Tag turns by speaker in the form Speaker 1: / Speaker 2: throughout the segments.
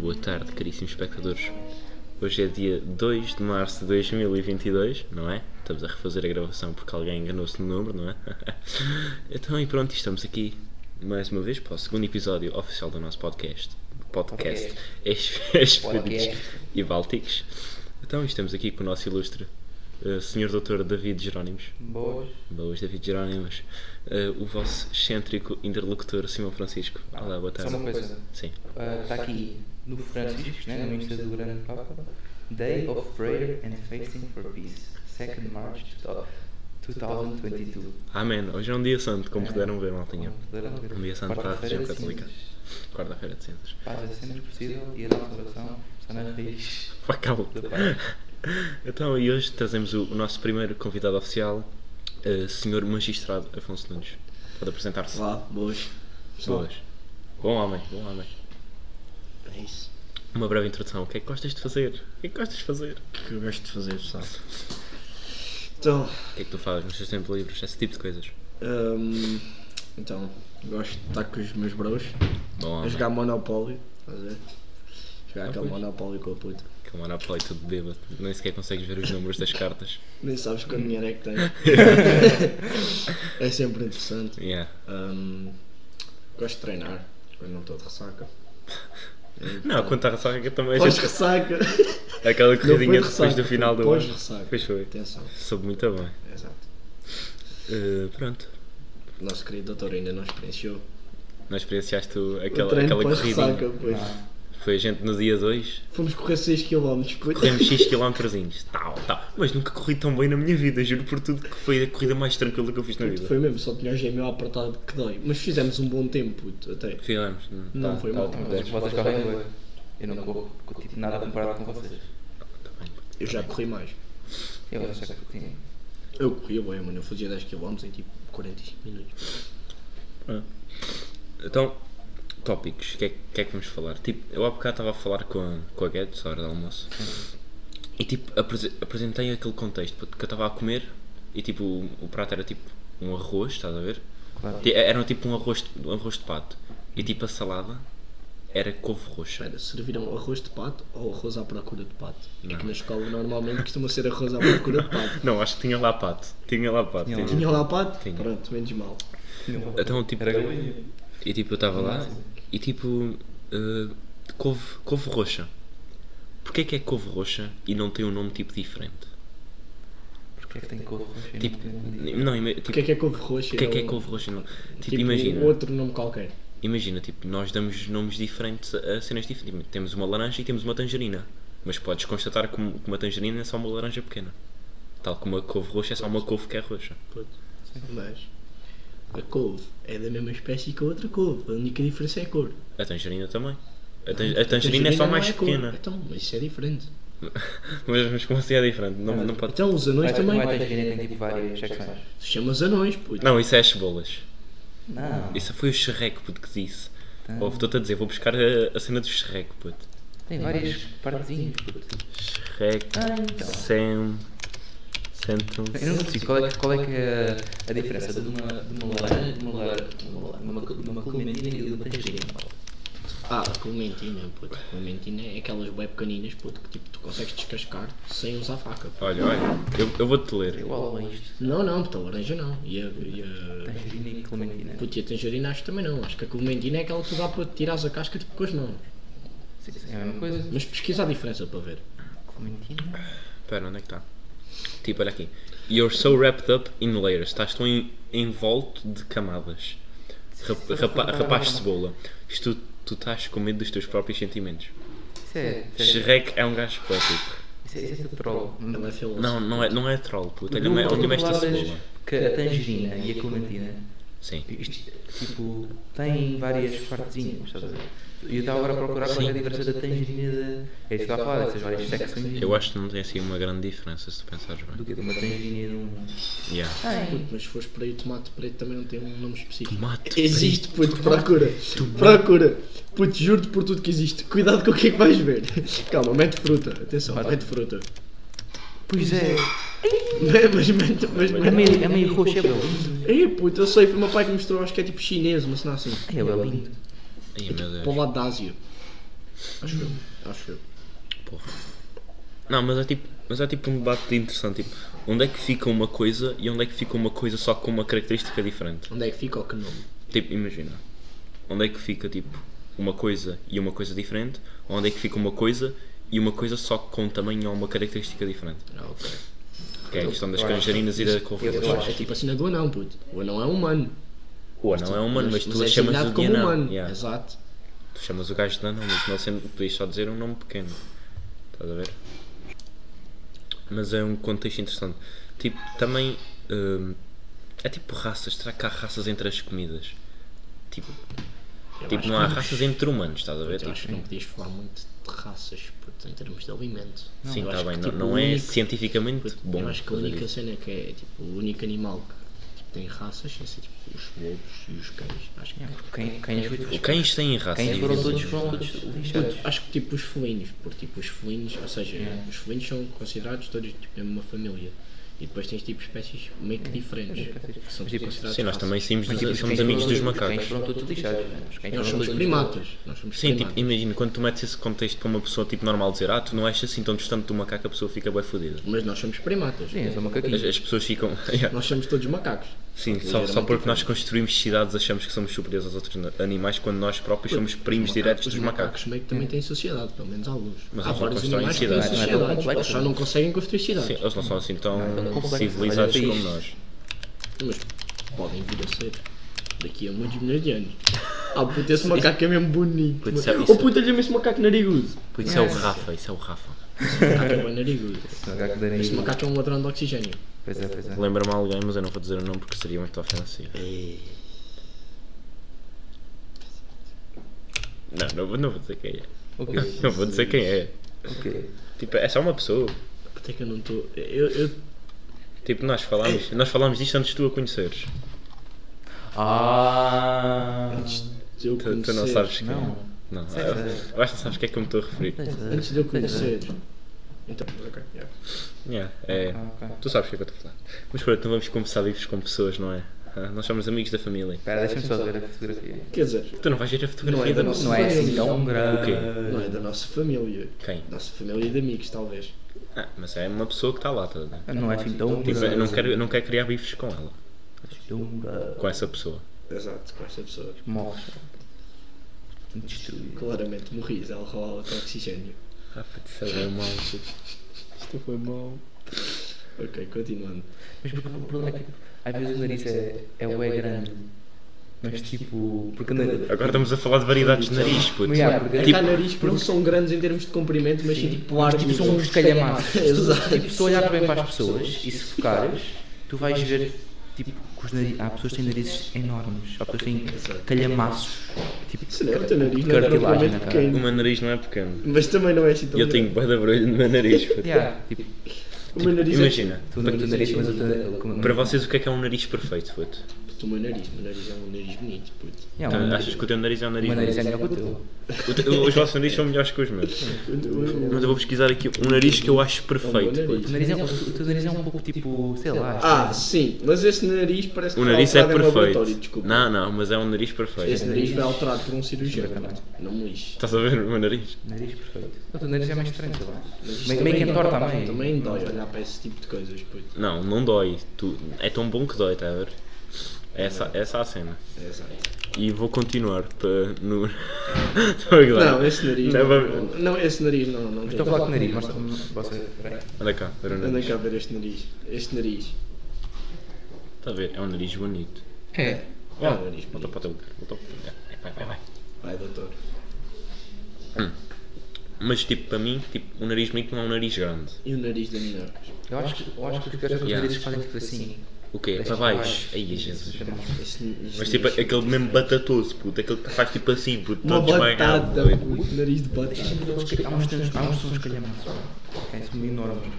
Speaker 1: Boa tarde, caríssimos espectadores. Hoje é dia 2 de março de 2022, não é? Estamos a refazer a gravação porque alguém enganou-se no número, não é? então, e pronto, estamos aqui mais uma vez para o segundo episódio oficial do nosso podcast. Podcast. Expedidos e Bálticos. Então, estamos aqui com o nosso ilustre uh, Senhor Doutor David Jerónimos.
Speaker 2: Boas.
Speaker 1: Boas, David Jerónimos. Uh, o vosso excêntrico interlocutor Simão Francisco. Olá, boa
Speaker 2: Só
Speaker 1: tarde.
Speaker 2: uma coisa.
Speaker 1: Sim.
Speaker 2: Ah, Está aqui no Francisco, né, no Insta do Grande Papa. Day of Prayer and Fasting for Peace. 2nd March 2022.
Speaker 1: Amém. Hoje é um dia santo, como
Speaker 2: É.
Speaker 1: puderam ver, maltinha.
Speaker 2: Puderam ver.
Speaker 1: Um dia santo para a
Speaker 2: Quarta-feira
Speaker 1: religião
Speaker 2: de
Speaker 1: católica.
Speaker 2: cinzas.
Speaker 1: Quarta-feira de cinzas.
Speaker 2: Paz é sempre possível e a nossa oração está na raiz.
Speaker 1: Vai, calma.
Speaker 2: Da paz.
Speaker 1: Então, e hoje trazemos o, o nosso primeiro convidado oficial, eh, Senhor Magistrado Afonso Nunes. Pode apresentar-se.
Speaker 3: Olá, boas.
Speaker 1: Boas. Bom homem, bom homem.
Speaker 3: É isso.
Speaker 1: Uma breve introdução. O que é que gostas de fazer? O que é que gostas de fazer?
Speaker 3: O que eu gosto de fazer, pessoal? Então,
Speaker 1: O que é que tu fazes nos teus tempos livres? Esse tipo de coisas.
Speaker 3: hum, então gosto de estar com os meus bros,
Speaker 1: Bom
Speaker 3: a
Speaker 1: homem.
Speaker 3: jogar Monopólio, estás a ver? Jogar
Speaker 1: Ah,
Speaker 3: aquele
Speaker 1: pois.
Speaker 3: Monopólio com a puta.
Speaker 1: Que é Monopoly tudo bêbado. Nem sequer consegues ver os números das cartas.
Speaker 3: Nem sabes quanto
Speaker 1: Hum.
Speaker 3: dinheiro é que tens. é sempre interessante.
Speaker 1: Yeah.
Speaker 3: Hum, gosto de treinar, quando não estou de ressaca.
Speaker 1: Não, quanto à ressaca também.
Speaker 3: Pós-ressaca.
Speaker 1: Aquela corridinha
Speaker 3: Não foi
Speaker 1: depois
Speaker 3: ressaca,
Speaker 1: do final do
Speaker 3: foi
Speaker 1: ano.
Speaker 3: pós-ressaca.
Speaker 1: Pois foi.
Speaker 3: Atenção,
Speaker 1: Soube muito bem.
Speaker 3: exato.
Speaker 1: Eh, pronto.
Speaker 3: O nosso querido doutor ainda não experienciou.
Speaker 1: Não experienciaste o-
Speaker 3: o
Speaker 1: aquela,
Speaker 3: treino
Speaker 1: aquela
Speaker 3: pós-ressaca,
Speaker 1: corridinha. Ah.
Speaker 3: pois.
Speaker 1: Foi a gente no dia 2.
Speaker 3: Fomos correr 6km, puto.
Speaker 1: Corremos 6 km. Tal, tal. Mas nunca corri tão bem na minha vida, juro por tudo que foi a corrida mais tranquila que eu fiz na vida.
Speaker 3: Foi mesmo, só tinha o gêmeo apertado que dói. Mas fizemos um bom tempo, puto, até.
Speaker 1: Fizemos.
Speaker 3: Não foi mal.
Speaker 1: tá,
Speaker 3: Não,
Speaker 1: dez.
Speaker 2: Então, Vocês vocês correm bem. Eu não corro, corro tipo nada comparado com vocês.
Speaker 3: Eu já corri mais.
Speaker 2: Eu acho que tinha.
Speaker 3: Eu corria bem, mano. Eu fazia 10km em tipo 45 minutos.
Speaker 1: Então, tópicos. O que, é, que é que vamos falar? Tipo, eu há bocado estava a falar com a, com a Guedes, à hora do almoço. E tipo, aprese- apresentei aquele contexto puto, que eu estava a comer e tipo, o, o prato era tipo um arroz, estás a ver?
Speaker 2: Claro.
Speaker 1: Ti- Era tipo um arroz, de- um arroz de pato. E tipo, a salada era couve roxa.
Speaker 3: Espera, serviram arroz de pato ou arroz à procura de pato? É
Speaker 1: Não.
Speaker 3: que na escola normalmente costuma ser arroz à procura de pato.
Speaker 1: Não, acho que tinha lá pato. Tinha lá pato.
Speaker 2: Tinha lá.
Speaker 3: Tinha lá pato?
Speaker 1: Tinha.
Speaker 3: Pronto, menos mal.
Speaker 2: um-
Speaker 1: Então, tipo,
Speaker 2: Era galinha.
Speaker 1: E tipo, eu estava lá e tipo, eh, couve, couve roxa. Porquê que é couve roxa e não tem um nome tipo diferente?
Speaker 2: Porquê é que tem couve roxa?
Speaker 1: Tipo, não, ima- tipo,
Speaker 3: Porquê é que é couve roxa?
Speaker 1: porquê que é
Speaker 3: um-
Speaker 1: couve roxa? e não- Tipo,
Speaker 3: Tipo,
Speaker 1: imagina,
Speaker 3: um outro nome qualquer.
Speaker 1: imagina, tipo, nós damos nomes diferentes a a cenas diferentes. Tipo, Temos uma laranja e temos uma tangerina. Mas podes constatar que um- que uma tangerina é só uma laranja pequena. Tal como a couve roxa é só uma couve que é roxa.
Speaker 3: Puto. Mas a couve é da mesma espécie que a outra couve. A única diferença é a cor.
Speaker 1: A tangerina também. A, tan- a tangerina é só
Speaker 3: não
Speaker 1: mais
Speaker 3: cor.
Speaker 1: pequena.
Speaker 3: Então, mas isso é diferente.
Speaker 1: Mas, mas como assim é diferente? Não, não pode.
Speaker 3: Então, os anões
Speaker 2: Mas também.
Speaker 3: também.
Speaker 2: Mas tem tipo várias secções.
Speaker 3: Tu chamas anões, puto.
Speaker 1: Não, isso é as cebolas.
Speaker 2: Não.
Speaker 1: Isso foi o Shrek, puto, que disse.
Speaker 2: Tá.
Speaker 1: Ou estou-te a dizer, vou buscar a, a cena do Shrek, puto.
Speaker 2: Tem várias partezinhas.
Speaker 1: Shrek,
Speaker 2: Ah, então.
Speaker 1: Sam, Santum.
Speaker 2: Eu não consigo. Qual é, que- qual é que é a diferença de uma, de uma laranja, de uma laranja, de uma, lar- de uma, de uma clementina e de uma tangerina?
Speaker 3: Ah, a clementina, puto. A clementina é aquelas bem pequeninas, puto, que tipo, tu consegues descascar sem usar faca. puto.
Speaker 1: Olha, olha, eu, eu vou-te ler.
Speaker 2: Igual a isto.
Speaker 3: Não, não, puto, a laranja não. E a, e a...
Speaker 2: Tangerina e clementina.
Speaker 3: Puto, e a tangerina acho que também não. Acho que a clementina é aquela que tu dá para tirares a casca tipo com as mãos.
Speaker 2: Sim, sim, é a mesma coisa.
Speaker 3: Mas pesquisa a diferença para ver.
Speaker 2: Clementina.
Speaker 1: Espera, onde é que está? Tipo, olha aqui. You're so wrapped up in layers. Estás tão en- envolto de camadas. Rap- rapa- rapaz de cebola. Isto, tu estás com medo dos teus próprios sentimentos.
Speaker 2: Isso é. Isso é,
Speaker 1: Shrek é um gajo poético.
Speaker 2: isso é, isso é troll.
Speaker 3: Ela é filósofa.
Speaker 1: Não, não é, não é troll, puto. Olha-me
Speaker 2: Não,
Speaker 1: olha-me esta
Speaker 2: não é? falas
Speaker 1: cebola.
Speaker 2: Que a tangerina e a clementina.
Speaker 1: Sim.
Speaker 2: Isto, tipo, tem várias partezinhas, estás a ver? E eu estava agora a procurar qual é a diferença da tangerina da. É isso que eu estava a falar, essas várias secções.
Speaker 1: Eu acho que não tem assim uma grande diferença se tu pensares
Speaker 2: Do
Speaker 1: bem.
Speaker 2: que de uma tangerina e de um.
Speaker 1: Yeah.
Speaker 3: Puto, mas se fores por aí, o tomate preto também não tem um nome específico.
Speaker 1: Tomate
Speaker 3: Existe, puto, procura. Procura. Puto, juro-te por tudo que existe. Cuidado com o que é que vais ver. Calma, mete fruta. Atenção, mete fruta.
Speaker 2: Pois é,
Speaker 3: Mas mete, mas
Speaker 2: é
Speaker 3: mete.
Speaker 2: meio, é meio roxo, é belo.
Speaker 3: Ei, puto, eu sei, foi o meu pai que mostrou, acho que é tipo chinês, mas não assim.
Speaker 2: É belo lindo.
Speaker 1: Ai, meu
Speaker 3: Para o
Speaker 1: Deus.
Speaker 3: lado da Ásia. Acho eu. Acho eu.
Speaker 1: Porra. Não, mas há tipo, mas há tipo um debate interessante, tipo, onde é que fica uma coisa e onde é que fica uma coisa só com uma característica diferente?
Speaker 3: Onde é que fica ou que nome?
Speaker 1: Tipo, imagina. Onde é que fica tipo uma coisa e uma coisa diferente? Ou onde é que fica uma coisa e uma coisa só com um tamanho ou uma característica diferente?
Speaker 3: Ah, ok.
Speaker 1: Que é a questão das
Speaker 2: Eu acho-
Speaker 1: cangerinas e da
Speaker 3: Eu acho, é
Speaker 1: corrida.
Speaker 3: tipo a cena do anão, puto. O anão é humano.
Speaker 1: O anão é humano, mas tu
Speaker 3: é
Speaker 1: chamas
Speaker 3: designado
Speaker 1: o de
Speaker 3: como
Speaker 1: anão.
Speaker 3: humano.
Speaker 1: Yeah.
Speaker 3: Exato.
Speaker 1: Tu chamas o gajo de anão, mas não sendo, podias só dizer um nome pequeno. Estás a ver? Mas é um contexto interessante. Tipo, também. hum, é tipo raças. Será que há raças entre as comidas? Tipo,
Speaker 3: Eu
Speaker 1: tipo
Speaker 3: acho
Speaker 1: não há
Speaker 3: que- é.
Speaker 1: raças entre humanos, estás a ver?
Speaker 3: Eu
Speaker 1: Tipo,
Speaker 3: acho que não podias falar muito de raças, puto, em termos de alimento.
Speaker 1: sim,
Speaker 3: Eu
Speaker 1: está
Speaker 3: acho
Speaker 1: bem.
Speaker 3: que,
Speaker 1: não
Speaker 3: tipo,
Speaker 1: não
Speaker 3: o
Speaker 1: é
Speaker 3: único-
Speaker 1: cientificamente bom.
Speaker 3: Eu acho que a
Speaker 1: fazer
Speaker 3: única
Speaker 1: isso.
Speaker 3: cena que é tipo, o único animal que tipo, tem raças é ser tipo os lobos e os cães. Acho que,
Speaker 2: Quem, quem é
Speaker 1: Os cães têm raças.
Speaker 2: Quem foram todos
Speaker 1: individuais.
Speaker 2: foram todos lixados.
Speaker 3: acho que tipo os felinos, porque tipo os felinos, ou seja,
Speaker 1: É.
Speaker 3: os felinos são considerados todos tipo, da mesma família. E depois tens tipo espécies meio que diferentes. Que são
Speaker 2: Mas, tipo,
Speaker 3: consideradas
Speaker 1: Sim, nós
Speaker 3: raças.
Speaker 1: também somos,
Speaker 2: Mas, tipo, os
Speaker 1: somos
Speaker 2: cães
Speaker 1: amigos
Speaker 2: foram-
Speaker 1: dos
Speaker 2: Os cães
Speaker 1: macacos.
Speaker 2: foram todos lixados, né? Os cães
Speaker 3: Nós
Speaker 2: foram
Speaker 3: somos
Speaker 2: todos
Speaker 3: primatas. Nós somos
Speaker 1: Sim, tipo,
Speaker 3: primatas.
Speaker 1: imagina, quando tu metes esse contexto para uma pessoa tipo, normal dizer Ah, tu não és assim tão distante do macaco, a pessoa fica bem fodida.
Speaker 3: Mas nós somos primatas.
Speaker 2: Sim, são macaquinhos.
Speaker 1: As, as pessoas ficam. Yeah.
Speaker 3: Nós somos todos macacos.
Speaker 1: Sim, só, só porque nós construímos cidades achamos que somos superiores aos outros na- animais quando nós próprios somos primos diretos
Speaker 3: Ah, Os
Speaker 1: dos é macacos. É.
Speaker 3: meio que também têm sociedade, pelo menos alguns.
Speaker 1: Mas eles
Speaker 3: Há
Speaker 1: não
Speaker 3: vários
Speaker 1: constroem
Speaker 3: animais que têm
Speaker 1: cidades.
Speaker 2: Não é tão
Speaker 3: sociedades.
Speaker 2: complexo.
Speaker 3: Eles só não conseguem construir
Speaker 1: Sim,
Speaker 3: cidades.
Speaker 1: eles não são assim tão
Speaker 2: não complexo,
Speaker 1: civilizados
Speaker 2: olha,
Speaker 1: como
Speaker 2: países.
Speaker 1: nós.
Speaker 3: Mas podem vir a ser daqui a muitos milhões de anos. Ah, puto, esse macaco é mesmo bonito.
Speaker 1: Puto,
Speaker 3: mano.
Speaker 1: sabe isso?
Speaker 3: oh, puto, olha esse macaco narigudo.
Speaker 1: Por isso é o Rafa, isso é o Rafa.
Speaker 3: Esse macaco é bem narigudo.
Speaker 2: Os macacos darem
Speaker 3: Esse
Speaker 2: aí-
Speaker 3: macaco é um ladrão de oxigênio.
Speaker 2: Pois é, pois é.
Speaker 1: Lembra-me alguém, mas eu não vou dizer o nome porque seria muito ofensivo. Não, não, vou- não vou dizer quem é.
Speaker 2: O
Speaker 1: Não vou dizer quem é.
Speaker 2: quê?
Speaker 1: Tipo, é só uma pessoa.
Speaker 3: Até é que eu não estou. Eu, eu,
Speaker 1: Tipo, nós falámos, nós falámos disto antes de tu a conheceres.
Speaker 2: Ah.
Speaker 1: Tu,
Speaker 3: eu
Speaker 1: tu
Speaker 3: conhecer,
Speaker 1: não sabes quem é.
Speaker 2: Não.
Speaker 1: Não,
Speaker 2: Sei,
Speaker 1: eu,
Speaker 2: sei.
Speaker 1: eu acho que sabes o que é que eu me estou a referir.
Speaker 3: Antes de eu conhecer. Então, ok. yeah.
Speaker 1: Yeah, é.
Speaker 2: Ah, ok.
Speaker 1: Tu sabes o que é que eu estou a falar. Mas pronto, não vamos conversar vivos com pessoas, não é? Ah, Nós somos amigos da família.
Speaker 2: Espera, deixa-me só ver a fotografia.
Speaker 3: Quer dizer,
Speaker 1: Tu não vais ver a fotografia
Speaker 3: Não é
Speaker 1: da
Speaker 3: da
Speaker 1: nossa.
Speaker 2: Não é assim tão grande.
Speaker 1: O quê?
Speaker 3: não é da nossa família.
Speaker 1: Quem?
Speaker 3: Nossa família de amigos, talvez.
Speaker 1: Ah, mas é uma pessoa que está lá, tá? a ver?
Speaker 2: Não é assim tão
Speaker 1: Tipo, eu não
Speaker 2: grande.
Speaker 1: quero, eu não quero criar bifes com ela,
Speaker 2: Tão grande.
Speaker 1: com essa pessoa.
Speaker 3: Exato, com esta pessoa.
Speaker 2: Morre. Destruído.
Speaker 3: Claramente morri, é ela rola com oxigênio.
Speaker 1: Ah, putz, isso é bem mau.
Speaker 3: Isto foi mau. Ok, continuando.
Speaker 2: Mas porque o problema é que às vezes o nariz é, é, bué grande. Mas tipo. Porque o nariz.
Speaker 1: Agora estamos a falar de variedades de nariz, puto.
Speaker 2: Mas, yeah, porque-
Speaker 3: É
Speaker 2: Tipo,
Speaker 3: que há nariz que não são grandes em termos de comprimento, mas sim tipo largos.
Speaker 2: tipo, são uns calhamaços.
Speaker 3: Exato.
Speaker 2: Tipo, se tu olhar bem para as pessoas e se focares, tu vais ver tipo, que os nariz, há pessoas que têm narizes enormes, há pessoas que têm calhamaços, tipo
Speaker 3: Se não, o teu nariz não é
Speaker 2: cartilagem
Speaker 3: propriamente
Speaker 2: na cara.
Speaker 1: O
Speaker 3: pequeno.
Speaker 1: meu nariz não é pequeno.
Speaker 3: Mas também não é assim tão
Speaker 1: Eu
Speaker 3: grande.
Speaker 1: tenho bué de barulho no meu nariz, puto.
Speaker 2: Yeah, tipo,
Speaker 3: O meu nariz é-
Speaker 1: Imagina,
Speaker 2: tu não tu nariz, mas o teu como-
Speaker 1: para vocês o que é que é um nariz perfeito, puto?
Speaker 3: O meu nariz, o meu nariz é um nariz bonito, puto.
Speaker 2: Yeah,
Speaker 1: Então,
Speaker 2: um-
Speaker 1: achas que o teu nariz é um nariz
Speaker 2: uma nariz é
Speaker 1: bonito?
Speaker 2: melhor que o teu.
Speaker 1: O teu- Os vossos narizes são melhores que os meus. Mas eu vou pesquisar aqui um nariz que eu acho perfeito,
Speaker 3: nariz.
Speaker 1: puto.
Speaker 2: O, nariz é, o teu nariz é um pouco tipo, sei lá.
Speaker 3: Ah, sim, mas esse nariz parece que
Speaker 1: O
Speaker 3: foi
Speaker 1: nariz é
Speaker 3: alterado em laboratório,
Speaker 1: perfeito.
Speaker 3: desculpa.
Speaker 1: Não, não, mas é um nariz perfeito.
Speaker 3: Esse nariz foi alterado por um cirurgião, puto. não me lixe.
Speaker 1: Estás a ver o meu nariz?
Speaker 2: tipo, Nariz perfeito. O teu nariz é mais estranho, sei lá.
Speaker 3: Mas isto
Speaker 2: Meio- Meio que
Speaker 3: também
Speaker 2: entorta
Speaker 3: dói,
Speaker 2: a meio.
Speaker 3: Também dói olhar para esse tipo de coisas, puto.
Speaker 1: Não, não dói. Tu, é tão bom que dói, está a ver? Essa, essa é a cena.
Speaker 3: Exato.
Speaker 1: E vou continuar para no. Estou a gozar.
Speaker 3: Não, esse nariz.
Speaker 1: Não,
Speaker 3: Não,
Speaker 1: vamos-
Speaker 3: não, esse nariz não. não
Speaker 2: Estou a falar com o nariz, mostra-me. você- peraí.
Speaker 1: Anda cá, ver o
Speaker 3: Anda
Speaker 1: nariz.
Speaker 3: cá ver este nariz. Este nariz.
Speaker 1: Está a ver? É um nariz bonito.
Speaker 2: É.
Speaker 3: É
Speaker 1: Ah,
Speaker 3: um nariz
Speaker 1: Volta
Speaker 3: bonito.
Speaker 1: para o teu lugar. Volta para o teu lugar. Vai, vai, vai.
Speaker 3: Vai, doutor.
Speaker 1: Mas tipo, para mim, tipo, um nariz bonito não é um nariz grande.
Speaker 3: E o nariz da minha
Speaker 2: Eu acho que eu acho que os piores são os
Speaker 1: Yeah.
Speaker 2: narizes que fazem tipo assim.
Speaker 1: O quê? É Para baixo. Ai, Jesus.
Speaker 3: Este, este
Speaker 1: Mas tipo,
Speaker 3: nariz.
Speaker 1: aquele mesmo batatoso, puto. Aquele que faz tipo assim, puto. ah,
Speaker 3: Uma
Speaker 1: Todo desmaiado.
Speaker 3: batata,
Speaker 1: doido.
Speaker 3: puto. Nariz de batata.
Speaker 2: Há uns tempos, há uns sons calhamaços. Que é isso, enorme.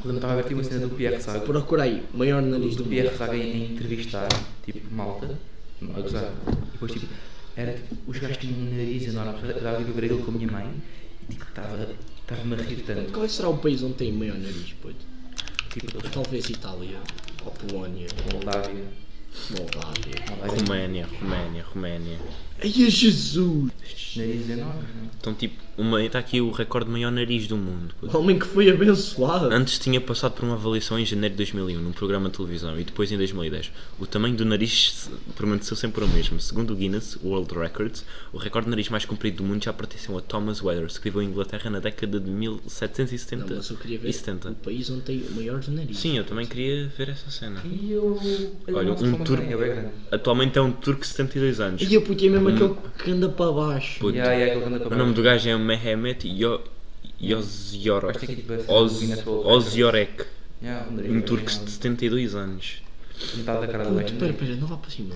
Speaker 2: Quando eu estava a ver tipo, uma cena do Pierre Saga, o
Speaker 3: Procura aí, maior nariz do mundo.
Speaker 2: Pierre Saga ia entrevistar, tipo, malta, não, a gozar. E depois, tipo, era tipo, os gajos tinham um nariz enorme. Eu estava a ver aquilo com a minha mãe e, tipo, estava- estava-me a rir tanto.
Speaker 3: Qual é que será o país onde tem maior nariz, puto?
Speaker 2: Tipo, eles tipo,
Speaker 3: Talvez Itália ou Polónia.
Speaker 2: Moldávia.
Speaker 3: Moldávia.
Speaker 1: Roménia, Roménia, Roménia.
Speaker 3: Ai, é Jesus!
Speaker 2: Nariz enorme, não é?
Speaker 1: Então, tipo, uma- está aqui o recorde maior nariz do mundo. puto.
Speaker 3: O homem que foi abençoado.
Speaker 1: Antes tinha passado por uma avaliação em janeiro de 2001 num programa de televisão e depois em 2010. O tamanho do nariz se- permaneceu sempre o mesmo. Segundo o Guinness World Records, o recorde de nariz mais comprido do mundo já pertenceu a Thomas Weathers, que viveu em Inglaterra na década de 1770.
Speaker 3: Não, mas eu queria
Speaker 1: e
Speaker 3: ver
Speaker 1: 70.
Speaker 3: o país onde tem o maior nariz.
Speaker 1: Sim, eu também queria ver essa cena.
Speaker 2: E eu.
Speaker 1: Olha,
Speaker 2: nossa,
Speaker 1: um
Speaker 2: como
Speaker 1: turco-
Speaker 2: tem, ele é grande.
Speaker 1: Atualmente é um turco de 72 anos.
Speaker 3: E eu puto, é mesmo aquele que anda para baixo.
Speaker 1: Puto.
Speaker 2: E aí, é aquele que anda
Speaker 1: O
Speaker 2: para
Speaker 1: nome
Speaker 2: baixo.
Speaker 1: do gajo é Mehmet Yo-
Speaker 2: Acho que é
Speaker 1: Yoziorek.
Speaker 2: tipo essa
Speaker 1: Oz-
Speaker 2: linha sua-
Speaker 1: Oziorek.
Speaker 2: Yeah, um nariz
Speaker 1: Um
Speaker 2: bem
Speaker 1: turco de
Speaker 2: grande.
Speaker 1: 72 anos.
Speaker 2: Metade da cara do
Speaker 3: Puto,
Speaker 2: bem.
Speaker 3: pera, pera, não vá para cima.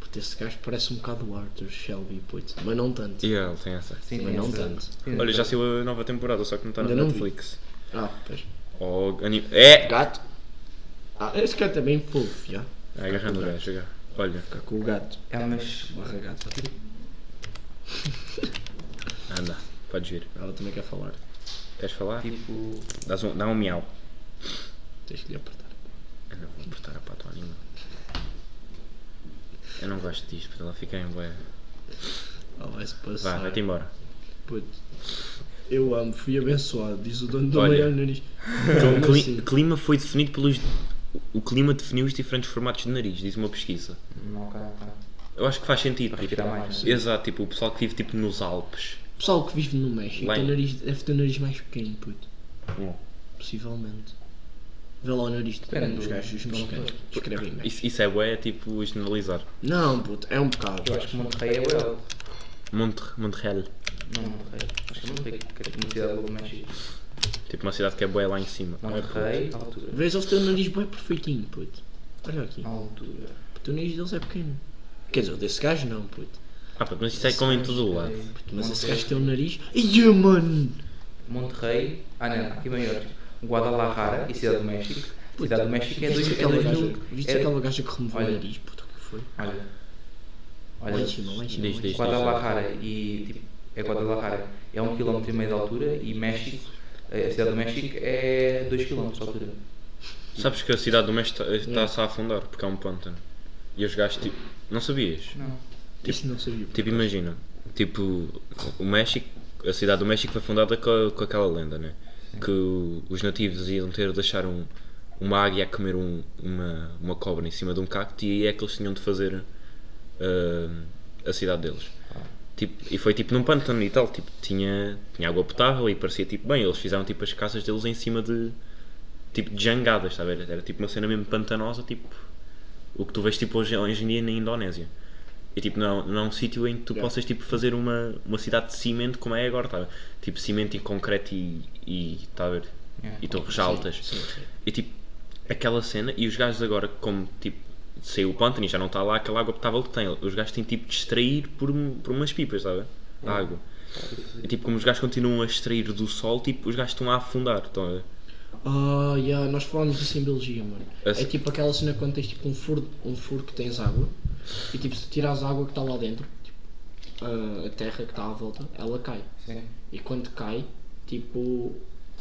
Speaker 3: Puto, esse gajo parece um bocado o Arthur Shelby, puto. Mas não tanto.
Speaker 1: E ele tem essa.
Speaker 2: Sim,
Speaker 3: Mas
Speaker 2: tem
Speaker 3: não
Speaker 2: essa-
Speaker 3: tanto.
Speaker 2: Sim,
Speaker 1: Olha, já
Speaker 2: tem-
Speaker 1: saiu a nova temporada, só que não está na
Speaker 3: Ainda não vi.
Speaker 1: Netflix.
Speaker 3: Ah, pois.
Speaker 1: Oh, anim... É!
Speaker 3: Gato. Ah, esse gato é bem fofo, já.
Speaker 1: Ah, agarrando o gajo, agarra. Olha,
Speaker 3: Ficar com o gato.
Speaker 2: É, mas.
Speaker 3: Barra gato.
Speaker 2: tipo,
Speaker 1: anda, podes vir.
Speaker 3: Ela também quer falar.
Speaker 1: Queres
Speaker 3: Ah.
Speaker 1: falar?
Speaker 2: Tipo.
Speaker 1: Dás um, dá um miau.
Speaker 3: Tens que lhe apertar.
Speaker 1: Eu não vou apertar a pata a língua. Eu não gosto disto, porque ela fica em boia.
Speaker 3: Ela vai se
Speaker 1: Vá,
Speaker 3: passar.
Speaker 1: vai-te embora.
Speaker 3: Puto. Eu amo, fui abençoado, diz o dono do
Speaker 1: Olha.
Speaker 3: maior nariz.
Speaker 1: Então,
Speaker 3: Como
Speaker 1: cli-
Speaker 3: assim?
Speaker 1: clima foi definido pelos. O clima definiu os diferentes formatos de nariz, diz uma pesquisa.
Speaker 2: Não, cara, cara.
Speaker 1: Eu acho que faz sentido.
Speaker 2: Para
Speaker 1: tipo,
Speaker 2: respirar mais.
Speaker 1: Exato, tipo, o pessoal que vive tipo nos Alpes.
Speaker 3: O pessoal que vive no México
Speaker 1: Lá
Speaker 3: tem
Speaker 1: em-
Speaker 3: nariz, deve ter o nariz mais pequeno, puto.
Speaker 1: Hum.
Speaker 3: Possivelmente. Vê lá o nariz de um
Speaker 2: Depende
Speaker 3: dos
Speaker 2: do-
Speaker 3: gajos, os mexicanos. Escrevem bem.
Speaker 1: Isso, isso é bué, tipo, generalizar.
Speaker 3: Não, puto, é um bocado.
Speaker 2: Eu acho que Monterrey é o Elfo.
Speaker 1: Monte, Montreal.
Speaker 2: Não, Monterrey. Acho que é Monterrey, que é uma cidade do México.
Speaker 1: Tipo, uma cidade que é bué lá em cima.
Speaker 2: Monterrey, altura.
Speaker 3: Vês eles têm o nariz bem perfeitinho, puto. Olha aqui.
Speaker 2: Ah. Altura.
Speaker 3: Puto, o nariz deles é pequeno. Quer dizer, desse gajo não, puto.
Speaker 1: Ah, pá, mas isso é como em todo o lado.
Speaker 2: Tipo,
Speaker 3: Puto, Mas esse gajo tem um nariz. Ia, mano!
Speaker 1: um-
Speaker 2: Monterrey. Ah, não, aqui maior. Guadalajara e Cidade do México. Cidade do México é
Speaker 3: Viste
Speaker 2: 2
Speaker 3: aquela
Speaker 2: mil.
Speaker 3: gaja- viste aquela gaja que removeu o
Speaker 2: Olha.
Speaker 3: nariz, puto, o que foi?
Speaker 2: Olha.
Speaker 3: Lá em cima, lá
Speaker 2: Olha.
Speaker 3: em cima.
Speaker 1: Diz,
Speaker 3: lá em
Speaker 1: diz.
Speaker 3: cima.
Speaker 2: Guadalajara e. Tipo, é Guadalajara. É 1 km e meio de altura e México. eh, A cidade do México é 2 km de altura.
Speaker 1: Sabes que a cidade do México está-se a afundar porque é um pântano. E os gajos, tipo. Não sabias?
Speaker 2: Não.
Speaker 3: Isso não sabia. puto.
Speaker 1: Tipo, imagina. Tipo, o México. A cidade do México foi fundada com, com aquela lenda, né? Que o- os nativos iam ter de deixar um, uma águia a comer um- uma, uma cobra em cima de um cacto e aí é que eles tinham de fazer ah, a cidade deles. Tipo, e foi tipo num pântano e tal, tipo, tinha, tinha água potável e parecia tipo bem, eles fizeram tipo as casas deles em cima de tipo de jangadas, está a ver? Era tipo uma cena mesmo pantanosa, tipo o que tu vês tipo hoje, hoje em dia na Indonésia. E tipo, não, não é um sítio em que tu possas tipo fazer uma, uma cidade de cimento como é agora, está a ver? Tipo cimento e concreto e, e está a ver?
Speaker 2: Yeah.
Speaker 1: E torres altas.
Speaker 3: Sim, sim.
Speaker 1: E tipo, aquela cena, e os gajos agora, como tipo, saiu o pântano e já não está lá aquela água potável que tem, os gajos têm tipo de extrair por, um- por umas pipas, sabe? A água. E tipo, como os gajos continuam a extrair do sol, tipo, os gajos estão a afundar, estão a ver?
Speaker 3: Ah, yeah, nós falámos disso em Belgia, mano.
Speaker 1: Esse-
Speaker 3: É
Speaker 2: assim.
Speaker 3: tipo aquela cena quando tens tipo um furo, um furo que tens água e tipo se tirares a água que está lá dentro, tipo, ah, a terra que está à volta, ela cai.
Speaker 2: Sim.
Speaker 3: E quando cai, tipo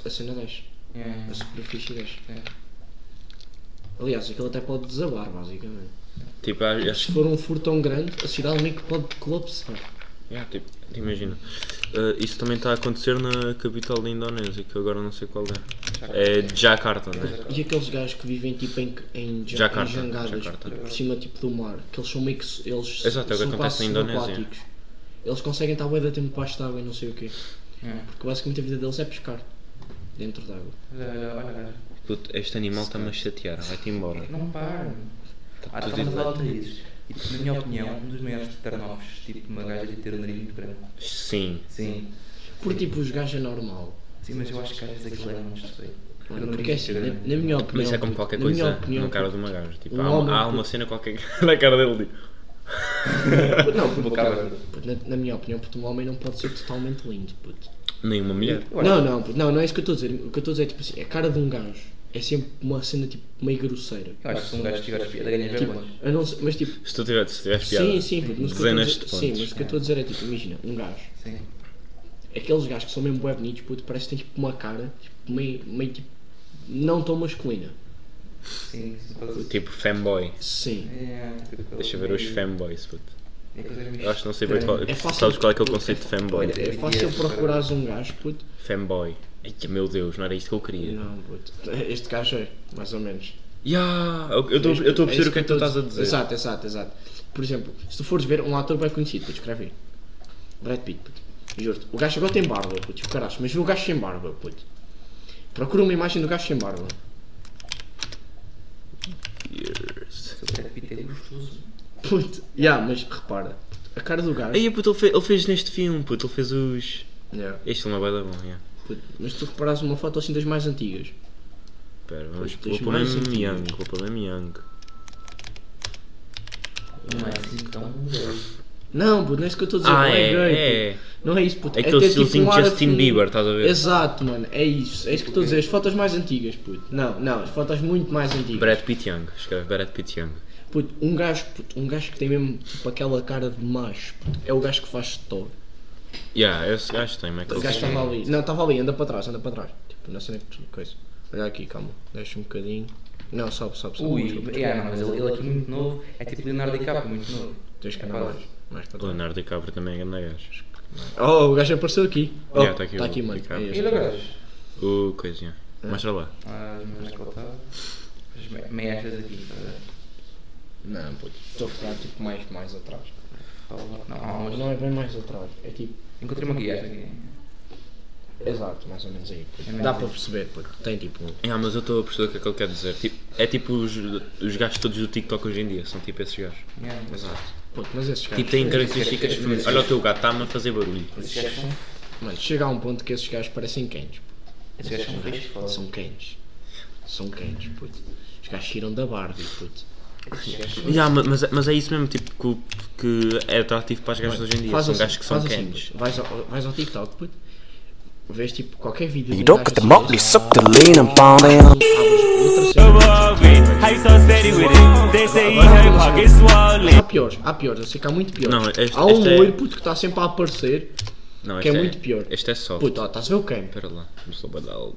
Speaker 3: a cena desce, a superfície desce. Aliás, aquilo até pode desabar, basicamente.
Speaker 1: Tipo, acho, acho
Speaker 3: Se for um furo tão grande, a cidade meio que pode colapsar.
Speaker 1: yeah, tipo, imagina. Ah, isso também está a acontecer na capital da Indonésia, que eu agora não sei qual é. É Jakarta, né?
Speaker 3: E aqueles gajos que vivem tipo em, em, ja-
Speaker 1: Jakarta,
Speaker 3: em jangadas
Speaker 1: Jakarta.
Speaker 3: por cima tipo do mar, que eles são meio que s- eles
Speaker 1: Exato, é o que acontece
Speaker 3: são
Speaker 1: na
Speaker 3: quase
Speaker 1: Indonésia.
Speaker 3: subaquáticos. Eles conseguem estar bem da tempo debaixo de água e não sei o quê. Porque basicamente a vida deles é pescar dentro de água.
Speaker 2: Olha, olha, eh, olha.
Speaker 1: Puto, este animal está-me a chatear, vai-te embora.
Speaker 2: Não paro. Ah,
Speaker 1: tudo
Speaker 2: estamos a falar
Speaker 1: igual.
Speaker 2: de narizes. E, tipo, na minha opinião, um dos maiores turn-offs, tipo, uma gaja de ter um nariz muito grande.
Speaker 1: Sim.
Speaker 2: Sim.
Speaker 3: Porque tipo os gajos é normal.
Speaker 2: Sim, mas eu acho que às vezes aquilo é muito feio. Ter um
Speaker 3: Porque é
Speaker 2: nariz
Speaker 3: assim,
Speaker 2: muito
Speaker 3: na,
Speaker 2: grande.
Speaker 3: na minha opinião.
Speaker 1: Mas isso é como qualquer
Speaker 3: na
Speaker 1: coisa
Speaker 3: minha opinião,
Speaker 1: na cara de uma gaja. Tipo,
Speaker 3: um
Speaker 1: há, uma-
Speaker 3: homem,
Speaker 1: há uma cena qualquer que- na cara dele. Tipo.
Speaker 3: Não, puto,
Speaker 2: Boca aberta.
Speaker 3: puto, na, na minha opinião, puto, um homem não pode ser totalmente lindo, puto.
Speaker 1: Nenhuma mulher.
Speaker 3: Não, não, puto, não, não é isso que eu estou a dizer. O que eu estou a dizer é tipo assim, a cara de um gajo é sempre uma cena tipo meio grosseira.
Speaker 2: Eu acho que se um gajo tiver as piadas, ganha
Speaker 3: Tipo,
Speaker 2: vergonha.
Speaker 3: eu não sei, mas tipo,
Speaker 1: Se tu tiveres, se tiveres piada.
Speaker 3: Sim, sim, puto, mas o que eu
Speaker 1: Dezenas
Speaker 3: estou
Speaker 1: de
Speaker 3: a dizer-
Speaker 1: pontos.
Speaker 3: Sim, mas o que eu estou a dizer é tipo, imagina, um gajo.
Speaker 2: Sim.
Speaker 3: Aqueles gajos que são mesmo bem bonitos, puto, parece que têm tipo uma cara, tipo, meio, meio tipo, não tão masculina.
Speaker 2: Sim, se fazes.
Speaker 1: Tipo fanboy.
Speaker 3: Sim.
Speaker 2: É, tipo, aquele
Speaker 1: Deixa eu ver os
Speaker 2: meio-
Speaker 1: fanboys, puto.
Speaker 2: é aquele meio
Speaker 1: Eu acho que não sei bem qual.
Speaker 3: É fácil.
Speaker 1: Sabes qual é que é o conceito de fanboy?
Speaker 3: É fácil procurares um gajo, puto.
Speaker 1: Fanboy. Ai, meu Deus, não era isto que eu queria.
Speaker 3: Não, puto. Este gajo é, mais ou menos.
Speaker 1: Ya, eu- eu estou- eu estou a perceber
Speaker 3: isso
Speaker 1: o que é que tu
Speaker 3: eu tô-
Speaker 1: estás a dizer.
Speaker 3: Exato, exato, exato. Por exemplo, se tu fores ver um ator bem conhecido, puto, escreve aí. Brad Pitt, puto. Juro-te. O gajo agora tem barba, puto. tipo, Caralho, mas vê o gajo sem barba, puto. Procura uma imagem do gajo sem barba.
Speaker 1: Years.
Speaker 2: O Brad Pitt é gostoso.
Speaker 3: Puto. Ya, mas repara. puto, A cara do gajo.
Speaker 1: Aí, puto, ele fe- ele fez neste filme, puto, ele fez os.
Speaker 3: Ya,
Speaker 1: Este filme é bué da bom, yeah.
Speaker 3: puto, Mas se tu reparares uma foto assim das mais antigas.
Speaker 1: Pera, vamos
Speaker 3: Pois,
Speaker 1: vou
Speaker 3: tens
Speaker 1: pôr
Speaker 3: mais
Speaker 1: mesmo
Speaker 3: sentido.
Speaker 1: Young, vou pôr mesmo Young.
Speaker 2: Não é assim tão gay.
Speaker 3: Não, puto, não é isso que eu estou a dizer.
Speaker 1: Ah,
Speaker 3: não é,
Speaker 1: é,
Speaker 3: gay,
Speaker 1: é.
Speaker 3: puto. Não é isso, puto.
Speaker 1: Aquele
Speaker 3: é ter, tipo,
Speaker 1: estilozinho
Speaker 3: um ar
Speaker 1: Justin
Speaker 3: afim.
Speaker 1: Bieber, estás a ver?
Speaker 3: Exato, mano, é isso. É isso que eu estou a dizer. As fotos mais antigas, puto. Não, não, as fotos muito mais antigas.
Speaker 1: Brad Pitt Young, escreve Brad Pitt Young.
Speaker 3: Puto, um gajo, puto, um gajo que tem mesmo tipo, aquela cara de macho, puto, é o gajo que faz Thor.
Speaker 1: Yeah, esse gajo tem, é Michael
Speaker 3: O gajo
Speaker 1: Cera.
Speaker 3: estava ali. Não, estava ali, anda para trás, anda para trás. Tipo, na cena que tu- coisa. Olha aqui, calma, deixa um bocadinho. Não, sobe, sobe, sobe.
Speaker 2: Ui,
Speaker 3: desculpa,
Speaker 2: é, não, mas ele, ele aqui muito novo. É tipo Leonardo DiCaprio, muito novo.
Speaker 3: Tens que
Speaker 2: É
Speaker 3: andar
Speaker 2: pá,
Speaker 3: mais. mais para trás.
Speaker 1: Leonardo DiCaprio também é grande gajo.
Speaker 3: Oh, o gajo apareceu aqui. Oh,
Speaker 1: Yeah, tá aqui
Speaker 3: tá
Speaker 1: o
Speaker 3: aqui, mano.
Speaker 1: DiCaprio.
Speaker 3: É
Speaker 2: E
Speaker 3: este.
Speaker 2: ele agora?
Speaker 1: O coisinha.
Speaker 3: É.
Speaker 1: Mostra lá.
Speaker 2: As meninas é que ele estava. As me- meias aqui, tá a ver?
Speaker 3: Não, puto, estou a falar tipo mais, mais atrás.
Speaker 2: Fala- Não, há
Speaker 3: Mas
Speaker 2: umas-
Speaker 3: não é bem mais atrás, é tipo.
Speaker 2: Encontrei uma guia, esta aqui.
Speaker 3: Exato, mais ou menos aí. puto.
Speaker 2: É mais
Speaker 3: Dá
Speaker 2: aí.
Speaker 3: para perceber, puto. Tem tipo. um-
Speaker 1: Ah, mas eu estou a perceber o que é que ele quer dizer. Tipo, é tipo os, os gajos todos do TikTok hoje em dia, são tipo esses gajos.
Speaker 2: Yeah.
Speaker 3: Exato. Puto, mas esses gajos.
Speaker 1: Tipo, têm características
Speaker 3: É.
Speaker 1: femininas. Olha o teu gato, está-me a fazer barulho.
Speaker 2: Esses gajos são-
Speaker 3: Mano, chega a um ponto que esses gajos parecem quentes.
Speaker 2: esses gajos são feios, é um foda-se.
Speaker 3: São quentes. São quentes, puto. Os gajos tiram da Barbie, puto.
Speaker 2: Esses gajos são-
Speaker 1: Yeah, ma- mas, é- mas é isso mesmo, tipo, que, o- que é atrativo para os gajos hoje em dia. São gajos que são
Speaker 3: faz assim,
Speaker 1: quentes.
Speaker 3: puto. vais, ao, vais ao TikTok, puto. Vês tipo qualquer vídeo. de
Speaker 4: You
Speaker 3: um
Speaker 4: don't
Speaker 3: gajo
Speaker 4: put the
Speaker 3: assim,
Speaker 4: motley, suck the lean up on them.
Speaker 3: abres outra cena.
Speaker 5: above it. How you so steady with it? They say he had pockets swollen.
Speaker 3: Há piores, há piores, eu sei que há muito piores.
Speaker 1: Não, este-
Speaker 3: há um
Speaker 1: este é-
Speaker 3: loiro, puto, que está sempre a aparecer,
Speaker 1: Não,
Speaker 3: que é
Speaker 1: este
Speaker 3: muito pior.
Speaker 1: Este é soft.
Speaker 3: Puto, ó, estás a ver o Ken,
Speaker 1: Espera lá, não sou badal.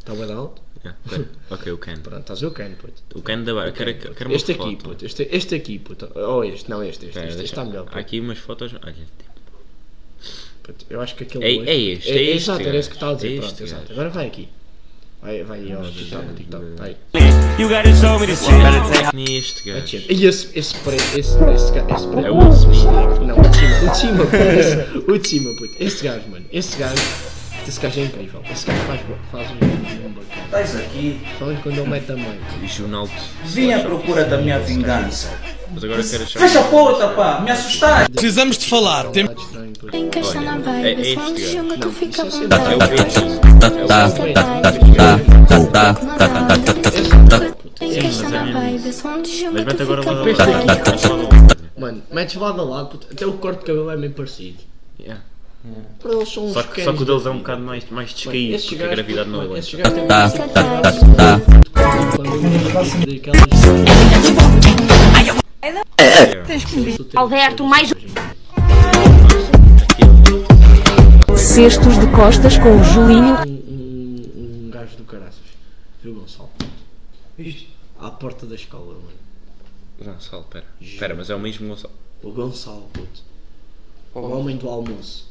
Speaker 3: está bem alto?
Speaker 1: Yeah, ok. ok, o Ken.
Speaker 3: Pronto, estás a ver o Ken, puto.
Speaker 1: O Ken da barba. Eu quero, eu quero uma
Speaker 3: Este
Speaker 1: foto.
Speaker 3: aqui, puto, este, este aqui, puto, ou este, não, este, este,
Speaker 1: Espera,
Speaker 3: este, este
Speaker 1: deixa-
Speaker 3: está melhor, puto.
Speaker 1: Há aqui umas fofotos. Olha, tipo,
Speaker 3: Puto, Eu acho que aquele.
Speaker 1: É-
Speaker 3: loiro-
Speaker 1: é este, é este,
Speaker 3: Exato, era
Speaker 1: gajo.
Speaker 3: esse que está a
Speaker 1: É
Speaker 3: dizer.
Speaker 1: este
Speaker 3: pronto, exato.
Speaker 1: gajo.
Speaker 3: Agora vai aqui. Vai, vai aí, ó, TikTok, TikTok. Tá aí.
Speaker 5: You gotta show me this shit.
Speaker 1: é neste
Speaker 3: Vai,
Speaker 1: gajo.
Speaker 3: gente. E esse, esse preto, esse, esse gajo, esse
Speaker 1: É
Speaker 3: preto.
Speaker 1: o Will Smith.
Speaker 3: Não, o de cima, o de cima, puto. esse- O de cima, puto. Esse gajo, mano, esse gajo. Esse gajo é incrível. Esse gajo faz, faz um vídeo
Speaker 6: Estás aqui,
Speaker 3: Falando quando ele mete a mãe.
Speaker 1: E Junaldo.
Speaker 6: vim à procura da minha vingança.
Speaker 1: Mas agora eu quero achar.
Speaker 6: Fecha a porta, pá, me assustaste.
Speaker 7: Precisamos de falar.
Speaker 3: Tem um lado estranho, puto.
Speaker 8: Encaixa na
Speaker 1: é
Speaker 8: vibe,
Speaker 1: este,
Speaker 8: só me
Speaker 1: é.
Speaker 8: xinga que eu fico à
Speaker 3: isso é
Speaker 8: vontade.
Speaker 1: É o Pedro.
Speaker 3: Tá
Speaker 8: Encaixa na vibe, só me xinga
Speaker 1: Mas
Speaker 8: que
Speaker 1: mete
Speaker 8: eu
Speaker 1: agora
Speaker 8: fico à
Speaker 1: lá
Speaker 8: vontade.
Speaker 3: Mano, metes lado a lado, puto. Até o corte de cabelo é meio parecido. Para eles são uns
Speaker 1: Só que, só
Speaker 3: cães
Speaker 1: que o deles é
Speaker 3: da
Speaker 1: um
Speaker 3: vida.
Speaker 1: bocado mais, mais
Speaker 3: Mano,
Speaker 1: descaído,
Speaker 3: esses
Speaker 1: porque a
Speaker 3: gajos,
Speaker 1: gravidade
Speaker 3: puto,
Speaker 1: não é Tá,
Speaker 3: mano,
Speaker 1: aguenta.
Speaker 3: esses gajos têm uma
Speaker 1: tá, tá.
Speaker 9: Alberto, mais
Speaker 10: Cestos de costas com o Julinho.
Speaker 3: um, um, um gajo do caraças. Viu, Gonçalo?
Speaker 2: Viste?
Speaker 3: À porta da escola, mano.
Speaker 1: Gonçalo, pera. Pera, mas é o mesmo Gonçalo.
Speaker 3: O Gonçalo, puto. O homem do almoço.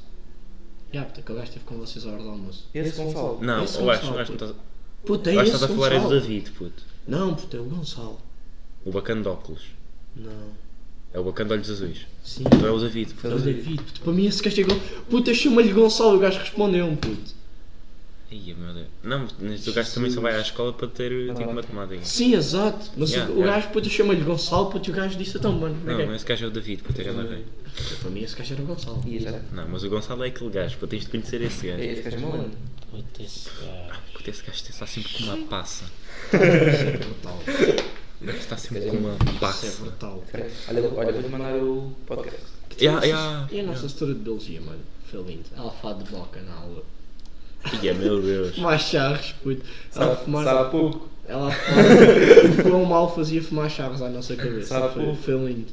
Speaker 3: Já, puto, aquele gajo esteve com vocês à hora do almoço.
Speaker 2: Esse Gonçalo.
Speaker 1: Não,
Speaker 3: Esse
Speaker 1: eu acho,
Speaker 3: Gonçalo,
Speaker 1: eu acho que estás
Speaker 3: Puto, é
Speaker 1: eu acho que
Speaker 3: esse
Speaker 1: estás a falar é do
Speaker 3: Gonçalo.
Speaker 1: David, puto.
Speaker 3: Não, puto, é o Gonçalo.
Speaker 1: O bacana de óculos.
Speaker 3: Não.
Speaker 1: É o bacana de olhos azuis.
Speaker 3: Sim.
Speaker 1: Então é o David,
Speaker 3: É
Speaker 1: puto.
Speaker 3: o David, puto. Para mim esse gajo é Gon- Puto, eu chamo-lhe Gonçalo, o gajo respondeu-me, puto.
Speaker 1: Ai, meu Deus. Não, mas o gajo também só vai à escola para ter tipo matemática.
Speaker 3: Sim, exato. Mas
Speaker 1: Yeah,
Speaker 3: o, o
Speaker 1: yeah.
Speaker 3: gajo, puto, eu chamo-lhe Gonçalo, puto, e o gajo disse, então, mano,
Speaker 1: Não,
Speaker 3: ok.
Speaker 1: mas esse gajo é o David, puto. Eu já não sei.
Speaker 3: Para mim esse gajo era o Gonçalo.
Speaker 2: E esse gajo-
Speaker 1: Não, mas o Gonçalo é aquele gajo, puto. Tens de conhecer esse gajo.
Speaker 2: esse gajo é malandro.
Speaker 3: Puto, esse gajo.
Speaker 1: Puto, esse gajo está sempre com uma passa.
Speaker 3: Brutal.
Speaker 1: Está sempre com uma
Speaker 3: Isso é
Speaker 1: passa.
Speaker 3: brutal.
Speaker 2: Olha, olha, vou-te mandar o podcast.
Speaker 1: Ya, ya.
Speaker 3: E a nossa história de Belgia, mano? Foi lindo. Ela fala de boca na aula.
Speaker 2: é,
Speaker 1: Ia, meu Deus.
Speaker 3: Fumar charros, puto. Ela a
Speaker 2: Sabe,
Speaker 3: fumar.
Speaker 2: sabe há pouco.
Speaker 3: Ela a fumar. o quão mal fazia fumar charros à nossa cabeça.
Speaker 2: Sabe
Speaker 3: foi,
Speaker 2: pouco.
Speaker 3: foi lindo.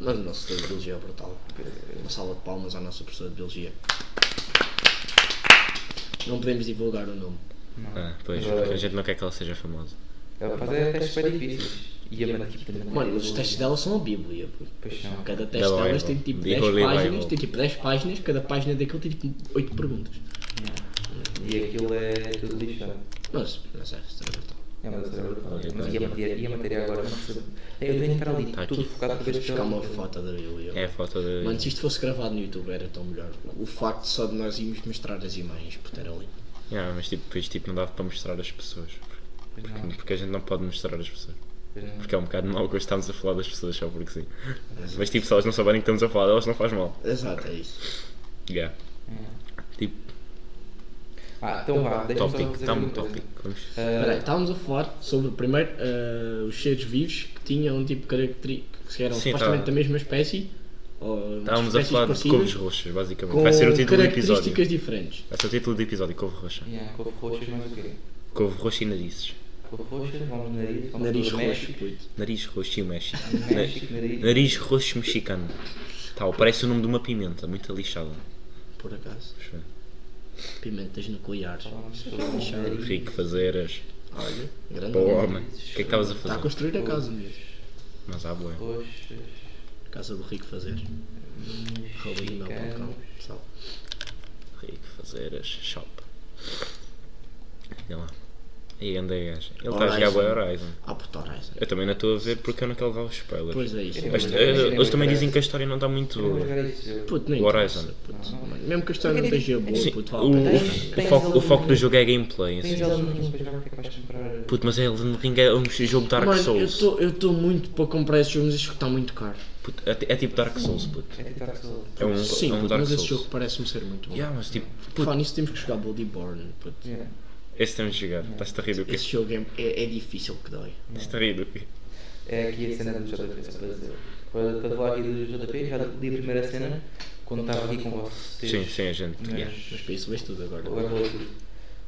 Speaker 3: Mas a nossa história de Belgia é brutal. Uma sala de palmas à nossa professora de Belgia. Não podemos divulgar o nome.
Speaker 1: Ah, pois, porque a gente não quer que ela seja famosa.
Speaker 2: Ela faz é testes bem difíceis. E a Manda também.
Speaker 3: Mano, mas os testes dela são a Bíblia, pô.
Speaker 2: Paixão.
Speaker 3: Cada teste
Speaker 1: Dela
Speaker 3: delas
Speaker 1: Bible.
Speaker 3: tem tipo
Speaker 1: The
Speaker 3: 10
Speaker 1: Holy
Speaker 3: páginas,
Speaker 1: Bible.
Speaker 3: tem tipo 10 páginas, cada página daquilo tem tipo 8 perguntas.
Speaker 2: E aquilo é tudo lixado.
Speaker 3: Mas, mas é, isso é brutal.
Speaker 2: É uma das
Speaker 1: Ok,
Speaker 2: Mas
Speaker 1: tá.
Speaker 2: e a matéria, e a matéria agora? Eu não percebo. Eu tenho que estar ali,
Speaker 1: Tá
Speaker 2: tudo
Speaker 1: aqui.
Speaker 2: focado para ver se
Speaker 3: Buscar uma foto da Bíblia.
Speaker 1: É a foto de.
Speaker 3: Mano, se isto fosse gravado no YouTube era tão melhor. O facto só de nós irmos mostrar as imagens, puto, era lindo.
Speaker 1: Yeah, mas tipo, depois tipo, não dava para mostrar as pessoas.
Speaker 2: Pois não,
Speaker 1: Porque a gente não pode mostrar as pessoas.
Speaker 2: pois não. é.
Speaker 1: Porque é um bocado mau gosto estarmos a falar das pessoas só porque sim. Mas tipo, se elas não souberem que estamos a falar delas, não faz mal.
Speaker 3: Exato, é isso.
Speaker 1: Yeah. Tipo,
Speaker 2: Ah, então vá, É. deixa-me só
Speaker 1: tópico,
Speaker 2: fazer
Speaker 1: está um
Speaker 2: uma coisa. É,
Speaker 1: tópico. Vamos.
Speaker 3: Peraí, estávamos a falar sobre primeiro ah, os seres vivos que tinham tipo características que eram
Speaker 1: Sim,
Speaker 3: supostamente
Speaker 1: tá.
Speaker 3: da mesma espécie. Ou
Speaker 1: Estávamos a
Speaker 3: espécies
Speaker 1: falar de
Speaker 3: parecidas,
Speaker 1: couves roxas, basicamente.
Speaker 3: com
Speaker 1: Vai ser o título do episódio.
Speaker 3: características diferentes.
Speaker 1: Vai ser o título do episódio, couve roxa.
Speaker 2: Yeah, couve roxas, mas o quê?
Speaker 1: Couve roxa e narizes.
Speaker 2: Couve roxas, vamos no nariz, vamos
Speaker 3: Nariz
Speaker 2: no
Speaker 3: roxo,
Speaker 2: México.
Speaker 3: puto.
Speaker 1: Nariz roxo e mexe.
Speaker 2: México, nariz.
Speaker 1: Nariz roxo mexicano. Tal, parece o nome de uma pimenta, muito lixada.
Speaker 3: Por acaso.
Speaker 1: Deixa eu ver.
Speaker 3: Pimentas nucleares.
Speaker 2: Vamos no nariz.
Speaker 1: Rico, fazeras.
Speaker 3: Olha, grande.
Speaker 1: Para o homem. O que é que estavas a
Speaker 3: Está a
Speaker 1: fazer?
Speaker 3: construir a casa mesmo.
Speaker 1: Mas há boa.
Speaker 2: Roxas,
Speaker 3: Casa do rico fazer. Roubinho meu
Speaker 2: mexicano.
Speaker 3: balcão, pessoal.
Speaker 1: Rico, fazeras, shop. Olha lá. E anda gajo. Ele está a
Speaker 3: Horizon.
Speaker 1: jogar boa Horizon.
Speaker 3: Ah, puta, Horizon.
Speaker 1: Eu também não estou a ver porque eu não quero levar os spoilers.
Speaker 3: Pois é isso.
Speaker 1: Mas,
Speaker 2: Mas,
Speaker 1: eh,
Speaker 2: mas,
Speaker 1: eles
Speaker 2: mas,
Speaker 1: também
Speaker 2: mas,
Speaker 1: dizem que a história não está muito
Speaker 2: Eu vou
Speaker 1: boa.
Speaker 2: jogar isso, eu-
Speaker 3: Puto, nem
Speaker 1: O Horizon.
Speaker 3: interessa, puto. Mano, Mesmo que a história não esteja boa,
Speaker 1: Sim,
Speaker 3: puto,
Speaker 1: o,
Speaker 3: vale a pena.
Speaker 1: o foco, o foco do jogo é gameplay.
Speaker 2: Tens
Speaker 1: Assim.
Speaker 2: elas no rim para jogar, porque é que vais comprar?
Speaker 1: Puto, mas Elden Ring é um jogo Dark
Speaker 3: Mano, eu
Speaker 1: Souls.
Speaker 3: estou eu tô muito para comprar esse jogo, mas esse jogo está muito caro.
Speaker 1: Puto, é, ti- é tipo Dark Souls, puto.
Speaker 2: É tentar resolver.
Speaker 1: É um,
Speaker 3: Sim,
Speaker 1: é um
Speaker 3: puto,
Speaker 1: Dark
Speaker 3: mas esse
Speaker 1: Souls.
Speaker 3: jogo parece-me ser muito bom.
Speaker 1: Yeah, mas tipo,
Speaker 3: Puto,
Speaker 1: puto,
Speaker 3: Fá, nisso temos que jogar Bloodborne, puto.
Speaker 2: Yeah.
Speaker 1: esse temos de jogar. Estás-te a rir do quê?
Speaker 3: Esse jogo é, é, é difícil que dói.
Speaker 1: Estás-te a rir do quê?
Speaker 2: É aqui a cena do JP, só para dizer. Para para falar aqui do JP, já li a primeira cena quando estava aqui com vocês.
Speaker 1: Sim, sim, a gente. yeah.
Speaker 3: Mas
Speaker 2: Mas
Speaker 3: para isso vês tudo agora.
Speaker 2: agora vou aqui.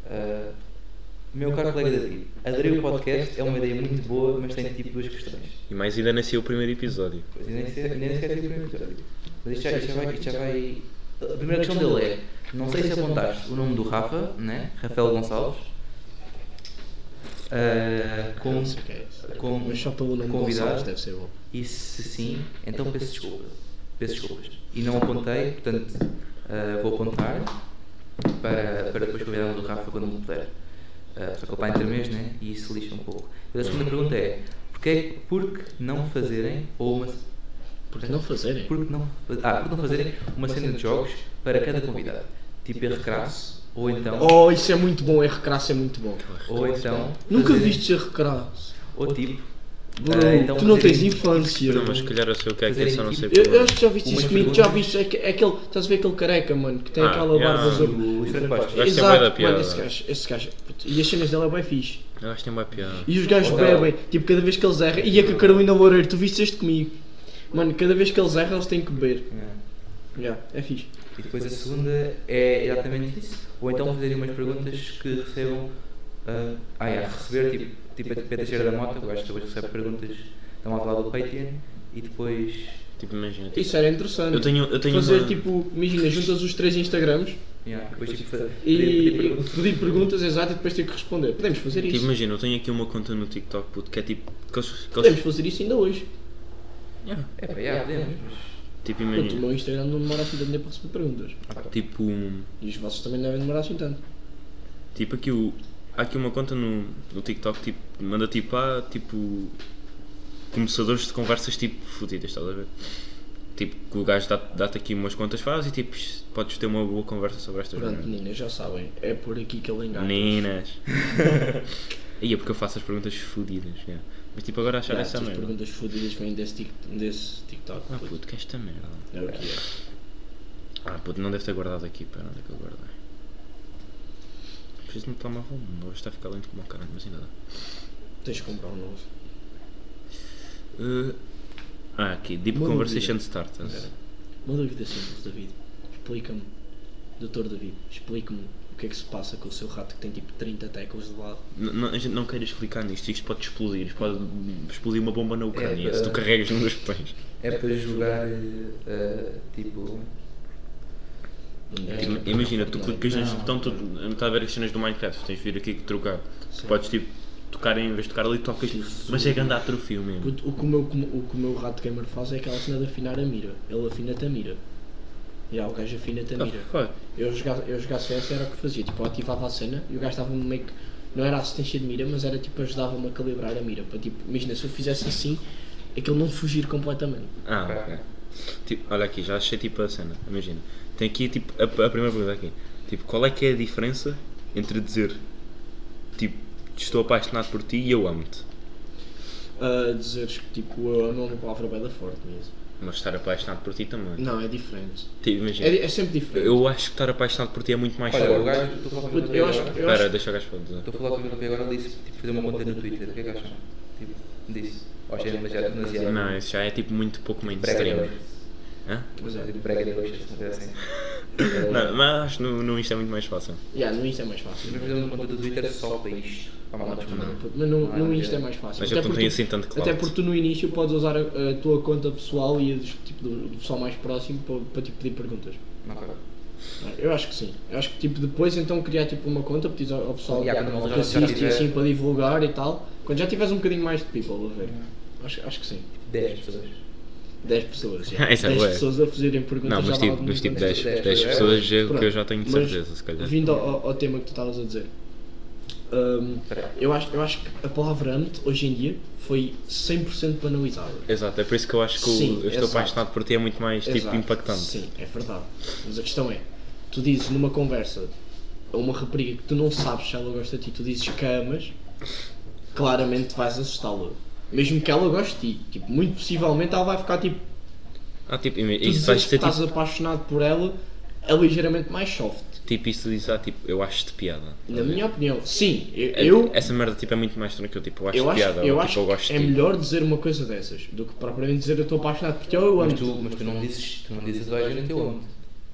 Speaker 2: Ah, meu caro colega David, adorei o podcast, é uma ideia muito boa, mas tem tipo duas questões.
Speaker 1: E mais ainda nasceu o primeiro episódio.
Speaker 2: Pois, e nem sequer nem sequer sei o primeiro episódio. Mas isto já, isto já vai, isto já vai. A primeira questão dele é: não sei se apontaste o nome do Rafa, né? Rafael Gonçalves. ah, como,
Speaker 3: Não sei o que é isso.
Speaker 2: como
Speaker 3: Mas só pelo nome
Speaker 2: convidado,
Speaker 3: Gonçalves deve ser bom.
Speaker 2: E se sim, então peço desculpa. Peço desculpas. E não apontei, portanto ah, vou apontar para, para depois convidarmos o Rafa quando me puder. Ah, só que ele está entre mês, né? E isso lixa um pouco. Mas a segunda pergunta é: porquê, por que não fazerem ou uma.
Speaker 3: Porque não fazerem.
Speaker 2: Por que não, ah, por que não fazerem uma cena de jogos para cada convidado? Tipo Recrasso, ou então.
Speaker 3: Oh, isso é muito bom, R-Crass é muito bom.
Speaker 1: Oh,
Speaker 2: Ou então.
Speaker 3: Nunca
Speaker 2: fazerem-
Speaker 3: viste R-Crass.
Speaker 2: Ou tipo.
Speaker 3: Bro,
Speaker 2: ah, então
Speaker 3: tu não tens
Speaker 2: fazerem-
Speaker 3: infância.
Speaker 1: É, Não, mas se calhar eu sei o que é que é, só não sei
Speaker 3: Eu, eu
Speaker 1: porquê.
Speaker 3: acho que já viste
Speaker 2: Uma
Speaker 3: isso comigo,
Speaker 2: pergunta.
Speaker 3: já viste aque- aquele. Estás a ver aquele careca, mano, que tem
Speaker 1: Ah,
Speaker 3: aquela
Speaker 1: yeah.
Speaker 3: barba azul.
Speaker 2: O Fran Costa.
Speaker 1: Gosto
Speaker 3: Exato,
Speaker 1: bué da piada.
Speaker 3: mano, esse
Speaker 2: é?
Speaker 3: gajo, esse gajo. puto, E as cenas dele é bem fixe.
Speaker 1: Eu acho que tem uma piada.
Speaker 3: E os gajos
Speaker 2: Ou não.
Speaker 3: bebem, tipo, cada vez que eles erram. E é que a Carolina Loureiro, tu viste este comigo. Mano, cada vez que eles erram, eles têm que beber.
Speaker 2: Yeah.
Speaker 3: Já, é fixe.
Speaker 2: E depois a segunda é exatamente isso. Ou então fazerem umas perguntas que recebam. ah, ah, é, receber tipo, tipo a Pedro Teixeira da Mota, eu acho que depois recebe perguntas da malta lá do Patreon e depois.
Speaker 1: Tipo, imagina. tipo,
Speaker 3: Isso era interessante.
Speaker 1: Eu tenho, eu tenho
Speaker 3: Fazer
Speaker 1: uma...
Speaker 3: tipo, imagina, juntas os três Instagrams
Speaker 2: Yeah, depois tipo, fa-
Speaker 3: e,
Speaker 2: pedir-
Speaker 3: e
Speaker 2: pedir perguntas.
Speaker 3: pedir perguntas, exato, e depois ter que responder. Podemos fazer
Speaker 1: Tipo,
Speaker 3: isso.
Speaker 1: imagina, eu tenho aqui uma conta no TikTok, puto, que é tipo. Que eles, que
Speaker 3: Podemos
Speaker 1: eles,
Speaker 3: fazer isso ainda hoje.
Speaker 2: É, pá, yeah, podemos, mas.
Speaker 1: tipo,
Speaker 3: Puto, o
Speaker 1: imagina.
Speaker 3: meu Instagram não demora assim tanto tempo para receber perguntas.
Speaker 1: Tipo. um-
Speaker 3: E os vossos também não devem demorar assim tanto.
Speaker 1: Tipo, aqui o. Há aqui uma conta no, no TikTok, tipo, manda tipo, ah, tipo. Começadores de conversas tipo fodidas, estás a ver? Tipo, que o gajo dá- dá-te aqui umas contas faz e tipo, podes ter uma boa conversa sobre estas
Speaker 3: Pronto,
Speaker 1: merdas.
Speaker 3: meninas, já sabem. É por aqui que ele engana.
Speaker 1: Meninas. e é porque eu faço as perguntas fodidas, yeah. Mas tipo, agora achar
Speaker 3: Já,
Speaker 1: essa
Speaker 3: essas
Speaker 1: merda.
Speaker 3: perguntas fodidas vêm desse, tic, desse TikTok.
Speaker 1: Ah,
Speaker 3: puto.
Speaker 1: puto, que esta merda.
Speaker 3: É o que é.
Speaker 1: Ah, puto, não deve ter guardado aqui. Pera, onde é que eu guardei? Preciso de um telemóvel novo. Está a ficar lento como o caralho, mas ainda dá.
Speaker 3: Tens de comprar um novo.
Speaker 1: Eh, ah, aqui. Deep
Speaker 3: Uma
Speaker 1: Conversation
Speaker 3: dúvida.
Speaker 1: Starters.
Speaker 3: Uma dúvida simples, David. Explica-me, Doutor David, explica-me o que é que se passa com o seu rato que tem tipo 30 teclas de lado.
Speaker 1: N- não- A gente não quer explicar nisto. Isto pode explodir. Isto pode explodir uma bomba na Ucrânia
Speaker 2: É,
Speaker 1: se tu
Speaker 2: eh,
Speaker 1: carregas num dos botões.
Speaker 2: É para jogar ah, tipo.
Speaker 3: É.
Speaker 1: Ima- Tipo, Imagina, tu clicas neste
Speaker 2: Não.
Speaker 1: botão, tu não está a ver as cenas do Minecraft, tens de vir aqui que trocar. Tu podes tipo tocar em vez de tocar ali, tocas. Mas é grande atrofio mesmo.
Speaker 3: Puto, o, que o, meu, o que o meu rato gamer faz é aquela cena de afinar a mira. Ele afina-te a mira. E há o gajo afina-te a
Speaker 1: Ah,
Speaker 3: mira.
Speaker 1: fuck.
Speaker 3: Eu jogava, eu jogava CS era o que fazia, tipo, eu ativava a cena e o gajo dava-me um meio que. Não era assistência de mira, mas era tipo, ajudava-me a calibrar a mira. Para tipo, imagina, se eu fizesse assim, aquilo não fugir completamente.
Speaker 1: Ah, ok. Tipo, olha aqui, já achei tipo a cena, imagina. Tem aqui tipo a, a primeira pergunta aqui. Tipo, qual é que é a diferença entre dizer tipo estou apaixonado por ti e eu amo-te?
Speaker 3: A dizeres que tipo, eu não é uma palavra bela forte mesmo.
Speaker 1: Mas estar apaixonado por ti também.
Speaker 3: Não, é diferente.
Speaker 1: Tipo,
Speaker 3: É, di-
Speaker 1: imagina.
Speaker 3: é sempre diferente.
Speaker 1: Eu acho que estar apaixonado por ti é muito mais
Speaker 2: Olha, o
Speaker 1: forte.
Speaker 2: gajo, estou a falar com o
Speaker 3: Puto,
Speaker 2: JP
Speaker 3: eu acho
Speaker 2: agora.
Speaker 3: que. Eu
Speaker 1: Espera,
Speaker 3: acho,
Speaker 1: deixa o gajo falar.
Speaker 2: Estou a falar com o JP agora, ele disse, tipo, fazer uma conta no Twitter, o que é que acham? Tipo, disse, ou seja, mas já é demasiado.
Speaker 1: Não, isso já é tipo muito pouco
Speaker 2: Brega de
Speaker 1: mainstream.
Speaker 2: hoje.
Speaker 1: Hã?
Speaker 3: Pois é.
Speaker 2: Brega de hoje, se não é assim.
Speaker 1: Não, mas acho que no, no Insta é muito mais fácil.
Speaker 3: Yeah, no Insta é mais fácil.
Speaker 2: Vamos fazer uma conta do Twitter só para isto. Para mal responder.
Speaker 3: Puto, Mas no,
Speaker 2: Ah,
Speaker 3: no
Speaker 2: ok.
Speaker 3: Insta é mais fácil.
Speaker 1: Mas eu não
Speaker 3: porque
Speaker 1: tenho
Speaker 3: tu-
Speaker 1: assim tanto clout.
Speaker 3: Até porque tu no início podes usar a, a tua conta pessoal e a dos- tipo, do, do pessoal mais próximo para, para tipo, pedir perguntas.
Speaker 2: Não, tipo, cara.
Speaker 3: Ah, Eu acho que sim. Eu acho que tipo, depois então criar tipo, uma conta, pedir ao ao pessoal
Speaker 2: Yeah,
Speaker 3: que-
Speaker 2: quando
Speaker 3: que
Speaker 2: maldrado já
Speaker 3: assiste e
Speaker 2: tiver-
Speaker 3: assim para divulgar e tal. Quando já tiveres um bocadinho mais de people a ver. Acho, acho que sim.
Speaker 2: 10 pessoas.
Speaker 3: 10 pessoas. já.
Speaker 1: Ah, isso é
Speaker 3: 10
Speaker 1: bué.
Speaker 3: pessoas a fazerem perguntas.
Speaker 1: Não,
Speaker 3: já
Speaker 1: mas
Speaker 3: vale
Speaker 1: tipo,
Speaker 3: alguma
Speaker 1: mas tipo é.
Speaker 3: coisa.
Speaker 1: 10,
Speaker 2: dez,
Speaker 1: 10
Speaker 2: dez.
Speaker 1: pessoas é o
Speaker 3: Pronto.
Speaker 1: que eu já tenho de
Speaker 3: Mas,
Speaker 1: certeza, se calhar.
Speaker 3: Vindo ao, ao- ao tema que tu estavas a dizer. hum,
Speaker 2: Espera aí.
Speaker 3: eu, acho, eu acho que a palavra amo-te hoje em dia foi 100% banalizada.
Speaker 1: Exato, é por isso que eu acho que o
Speaker 3: Sim,
Speaker 1: eu estou
Speaker 3: exato.
Speaker 1: apaixonado por ti é muito mais tipo
Speaker 3: Exato.
Speaker 1: impactante.
Speaker 3: Sim, é verdade. Mas a questão é, tu dizes numa conversa a uma rapariga que tu não sabes se ela gosta de ti, tu dizes que a amas, claramente vais assustá-la. Mesmo que ela goste de ti, tipo, muito possivelmente ela vai ficar tipo,
Speaker 1: Ah, tipo,
Speaker 3: tu
Speaker 1: isso vai
Speaker 3: dizes que
Speaker 1: ser
Speaker 3: estás
Speaker 1: tipo,
Speaker 3: apaixonado por ela, é ligeiramente mais soft.
Speaker 1: tipo isso diz, ah, tipo, eu acho-te piada.
Speaker 3: Na minha opinião, sim, eu,
Speaker 1: É-
Speaker 3: eu,
Speaker 1: Essa merda tipo é muito mais tranquila, tipo, eu acho
Speaker 3: eu acho,
Speaker 1: piada,
Speaker 3: eu
Speaker 1: ou,
Speaker 3: acho
Speaker 1: tipo, eu gosto
Speaker 3: que
Speaker 1: de
Speaker 3: é
Speaker 1: ti.
Speaker 3: melhor dizer uma coisa dessas do que propriamente dizer eu estou apaixonado por ti ou eu
Speaker 2: Mas
Speaker 3: amo.
Speaker 2: tu, mas tu não dizes, tu não dizes a toda a gente eu amo.